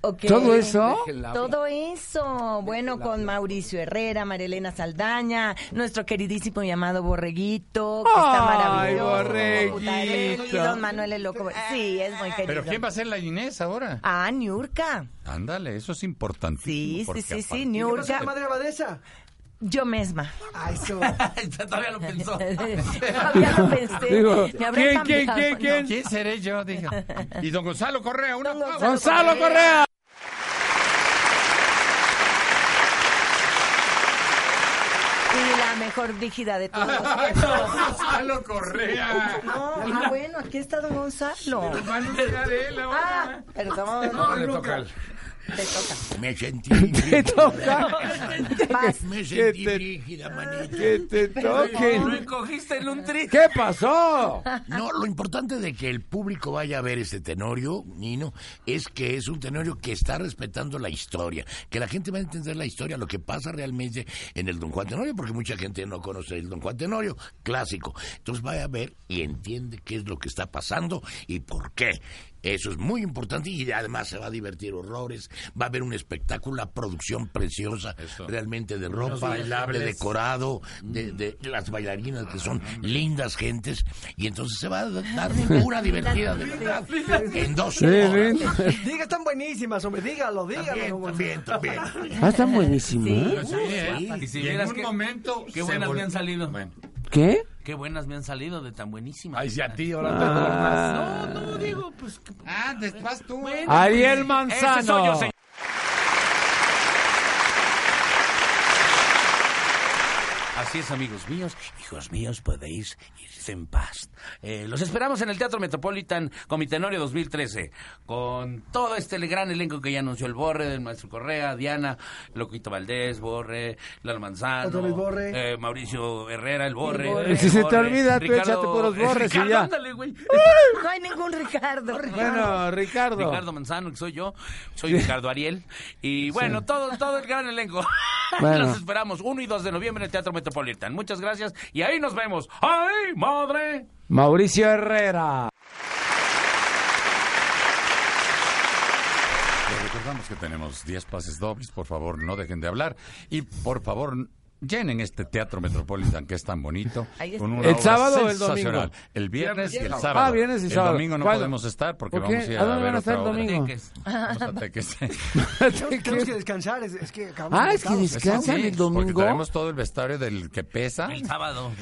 S2: Ok.
S5: ¿Todo eso? Déjenla
S2: Todo eso. Bueno, con Mauricio Herrera, Marilena Saldaña, nuestro queridísimo llamado Borreguito, que está
S3: Ay,
S2: maravilloso.
S3: Borreguito.
S2: Butarelli, Don Manuel el Loco. Sí, es muy querido.
S3: Pero ¿quién va a ser la Inés ahora?
S2: Ah, Niurka.
S3: Ándale, eso es importantísimo.
S2: Sí, sí,
S3: porque
S2: sí,
S3: a
S2: sí,
S3: partir-
S2: Niurka.
S4: la madre abadesa?
S2: Yo (laughs) misma.
S4: Ay,
S5: (laughs)
S4: eso.
S10: Todavía lo
S2: (laughs)
S10: pensó.
S2: Todavía lo pensé.
S3: Digo,
S2: Me habré
S3: ¿quién, quién,
S2: cambiado,
S3: quién,
S2: ¿no?
S3: quién? ¿Quién seré yo? Digo. Y don Gonzalo Correa, una
S5: Gonzalo Correa.
S2: Y la mejor dígida de todos los
S3: Ay,
S2: tiempos.
S3: (laughs)
S2: (laughs)
S6: (laughs)
S3: Gonzalo Correa.
S2: No, ah, bueno, aquí está don Gonzalo. Ah, perdón. (laughs)
S8: No, le toca al- Me sentí.
S5: (laughs) Te toca.
S8: (laughs) Me
S5: Que
S8: sentí
S5: te-
S8: brígida, manito.
S5: que te
S8: Lo
S5: toquen.
S8: encogiste en un tri.
S5: ¿Qué pasó?
S8: No, lo importante de que el público vaya a ver este tenorio, Nino, es que es un tenorio que está respetando la historia, que la gente va a entender la historia, lo que pasa realmente en el Don Juan Tenorio, porque mucha gente no conoce el Don Juan Tenorio clásico. Entonces vaya a ver y entiende qué es lo que está pasando y por qué. Eso es muy importante y además se va a divertir horrores, va a haber un espectáculo, la producción preciosa realmente de ropa, de
S3: bailables.
S8: decorado,
S10: Mm.
S8: de, de las bailarinas que son lindas gentes y entonces se va a dar
S5: (laughs)
S8: una divertida de verdad en dos
S5: Sí,
S8: horas.
S4: Diga, están buenísimas, hombre. Dígalo, dígalo.
S8: Bien, también.
S5: Ah, está buenísimo.
S3: Sí, ¿eh?
S10: Y si
S3: Y en
S10: vieras
S3: un
S10: que-
S3: momento.
S10: Qué
S3: se
S10: buenas
S3: vol-
S10: me han salido.
S5: ¿Qué?
S10: Qué buenas me han salido de tan buenísimas.
S3: Ay, si a ti
S5: ahora te Ah.
S10: No, no, digo, pues...
S3: Ah, después tú.
S5: Ariel Manzano.
S10: Ese soy yo, señor. Así es, amigos míos. Hijos míos, podéis irse en paz. Eh, los esperamos en el Teatro Metropolitan Comitenório 2013. Con todo este gran elenco que ya anunció el Borre, el Maestro Correa, Diana, Loquito Valdés, Borre, Lalo Manzano,
S4: Otra vez Borre.
S10: eh, Mauricio Herrera, el Borre.
S5: El Borre.
S10: el
S5: Si se te
S10: Borre,
S5: olvida, tú échate puros
S10: eh,
S5: Borres y
S10: Ricardo,
S5: ya.
S10: ándale, güey.
S2: No hay ningún Ricardo.
S5: Bueno, Ricardo.
S10: Ricardo Manzano, que soy yo, soy Ricardo Ariel. Y bueno, todo, todo el gran elenco. (laughs)
S5: Bueno.
S10: Los esperamos 1 y 2 de noviembre en el Teatro Metropolitan. Muchas gracias y ahí nos vemos. ¡Ay, madre!
S5: Mauricio Herrera.
S3: Les recordamos que tenemos 10 pases dobles, por favor no dejen de hablar y por favor llenen este Teatro Metropolitan que es tan bonito.
S2: Ahí está.
S3: Con una
S5: ¿El
S3: obra
S5: sábado o el
S3: sensacional.
S5: domingo?
S3: El viernes y el
S5: Viernes.
S3: sábado.
S5: Ah, viernes y sábado.
S3: El domingo no
S5: ¿Cuándo?
S3: podemos estar porque
S5: ¿Por qué?
S3: vamos a ir
S5: ¿A
S3: a,
S5: dónde
S3: ver
S5: van a estar el
S3: otra obra.
S5: domingo?
S10: Teques.
S3: Vamos a Teques.
S5: (laughs)
S4: Tenemos que descansar. Es, es que acabamos
S5: Ah, es que
S4: cansados.
S5: descansan
S3: Sí,
S5: el
S3: Porque
S5: domingo.
S3: traemos todo el vestuario del que pesa.
S10: El (laughs) sábado.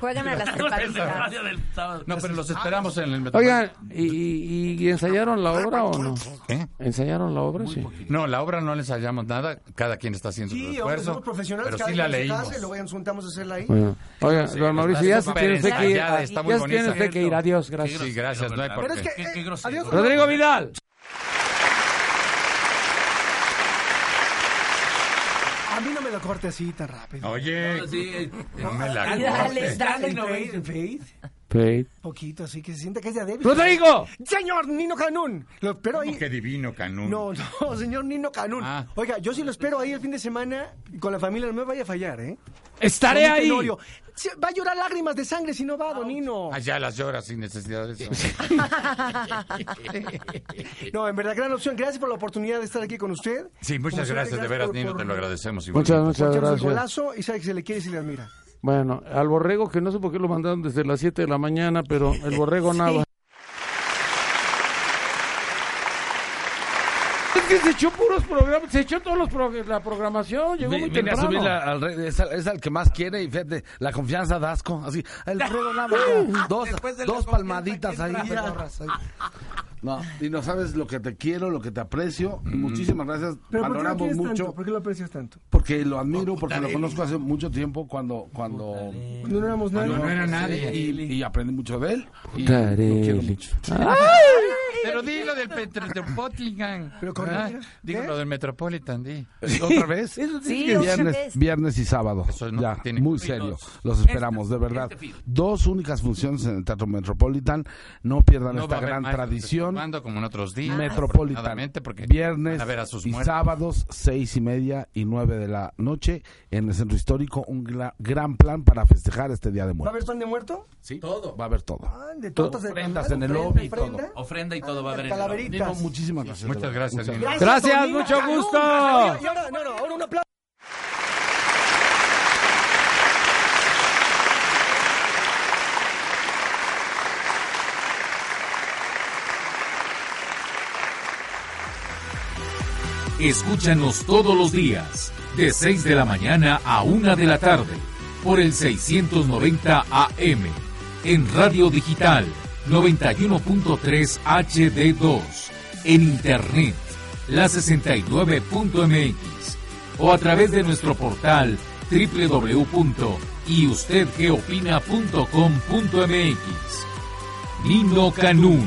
S2: Juegan a las trepaditas.
S10: Radio del sábado.
S3: No, pero los esperamos en el Metropolitan.
S5: Oigan, ¿y, y- y ensayaron la obra o no?
S3: ¿Eh?
S5: ¿Ensayaron la obra? Sí.
S3: No, la obra no les hallamos nada. Cada quien está haciendo su
S4: Sí, hombre,
S3: esfuerzo.
S4: somos profesionales.
S3: pero
S4: cada
S3: sí
S4: quien
S3: la
S4: en su
S3: leímos.
S4: casa y luego ya nos juntamos a hacerla ahí.
S5: Bueno, oiga, don Mauricio, ya se
S3: Está
S5: tiene usted que ir.
S3: ensayada,
S5: Ya
S3: está muy
S5: se
S3: bonita.
S5: tiene usted que ir. Adiós, gracias.
S3: Sí, gracias. No hay por
S4: Pero es
S3: qué.
S4: que.
S10: Qué- qué
S4: eh,
S10: grosero.
S4: adiós,
S5: Rodrigo Vidal.
S4: A mí no me lo corte así tan rápido.
S3: Oye, eh,
S4: eh,
S10: Sí,
S3: no
S4: ah,
S3: me la
S2: Ay, dale,
S3: cortes.
S2: dale.
S4: En Faith, en Faith, Poquito, así que se siente que es de Adebis.
S5: ¡Rodrigo!
S4: Señor Nino Canún. Lo espero ahí.
S3: ¿Cómo que divino, Canún?
S4: No, no, (laughs) señor Nino Canún.
S3: Ah.
S4: Oiga, yo sí lo espero ahí el fin de semana con la familia, no me vaya a fallar, ¿eh?
S5: Estaré
S4: Con un
S5: ahí.
S4: tenorio. Se- Va a llorar lágrimas de sangre si no va, don Nino.
S3: Allá las lloras sin necesidad de eso.
S4: No, en verdad, gran opción. Gracias por la oportunidad de estar aquí con usted.
S3: Sí,
S4: Como
S3: muchas
S4: siempre,
S3: gracias, de veras,
S4: por-
S3: Nino,
S4: por-
S3: te lo agradecemos.
S5: Muchas,
S3: igualmente.
S5: muchas
S4: Echarnos el
S5: gracias.
S4: golazo y sabe que se le quiere y se le admira.
S5: Bueno, al borrego, que no sé por qué lo mandaron desde las 7 de la mañana, pero el (laughs) borrego nada. Es que se echó puros programas, se echó todos los prog- la programación, llegó
S6: Vi-
S5: muy
S6: Vine a
S5: temprano.
S6: subirla al rey, es, al, es al que más quiere y fíjate, la confianza da
S5: (laughs)
S6: asco. Así, el ruego nada más, dos, dos palmaditas ahí. ahorras ahí.
S5: No, y no sabes lo que te quiero, lo que te aprecio. Muchísimas gracias.
S4: Mm. Pero ¿por qué lo
S5: Valoramos
S4: quieres
S5: mucho.
S4: tanto? ¿Por qué lo aprecias tanto?
S5: Porque lo admiro, porque lo
S4: Lili.
S5: conozco hace mucho tiempo cuando cuando
S4: No éramos nadie.
S5: cuando
S4: No
S3: pues,
S4: era
S3: eh,
S4: nadie.
S5: y, y aprendí mucho de él. Y
S2: Puta,
S5: lo
S2: Lili.
S5: quiero mucho.
S3: Pero dilo del Metropolitan. Pero
S4: con- ¿eh?
S3: Digo
S4: ¿Qué?
S3: lo del Metropolitan, di.
S5: ¿Otra vez?
S3: sí,
S5: viernes,
S3: otra vez.
S5: viernes y sábado. ya, muy serio.
S3: Este
S5: Los esperamos, de verdad. Dos únicas funciones en el Teatro Metropolitan. No pierdan
S3: No va
S5: esta
S3: a haber
S5: gran
S3: más
S5: tradición.
S3: participando como en otros días.
S5: Metropolitan.
S3: Ah, afortunadamente, porque
S5: Viernes
S3: van a ver a sus
S5: y
S3: muertos.
S5: sábados, seis y media y nueve de la noche en el Centro Histórico. Un gla- gran plan para festejar este Día de
S4: ¿Va a
S5: Muertos.
S4: haber pan de muerto?
S5: Sí. Todo. Va a haber todo.
S4: Ah, de tortas de
S5: Ofrendas
S4: tamal,
S5: en el
S4: ofrenda,
S5: lobby y todo.
S4: ofrenda. Ah,
S19: Ofrenda y todo va a haber en el
S4: Calaveritas.
S5: Nino, muchísimas gracias.
S3: Muchas
S5: de verdad.
S3: gracias, Nino.
S2: Gracias,
S4: Dolina
S2: mucho
S4: Canún.
S2: gusto.
S4: Gracias, y ahora, no, no, ahora un aplauso.
S1: Escúchanos todos los días, de 6 de la mañana a 1 de la tarde, por el 690 AM, en Radio Digital 91.3 HD2, en Internet, la 69.mx, o a través de nuestro portal www.yustedgeopina.com.mx. Nino Canún.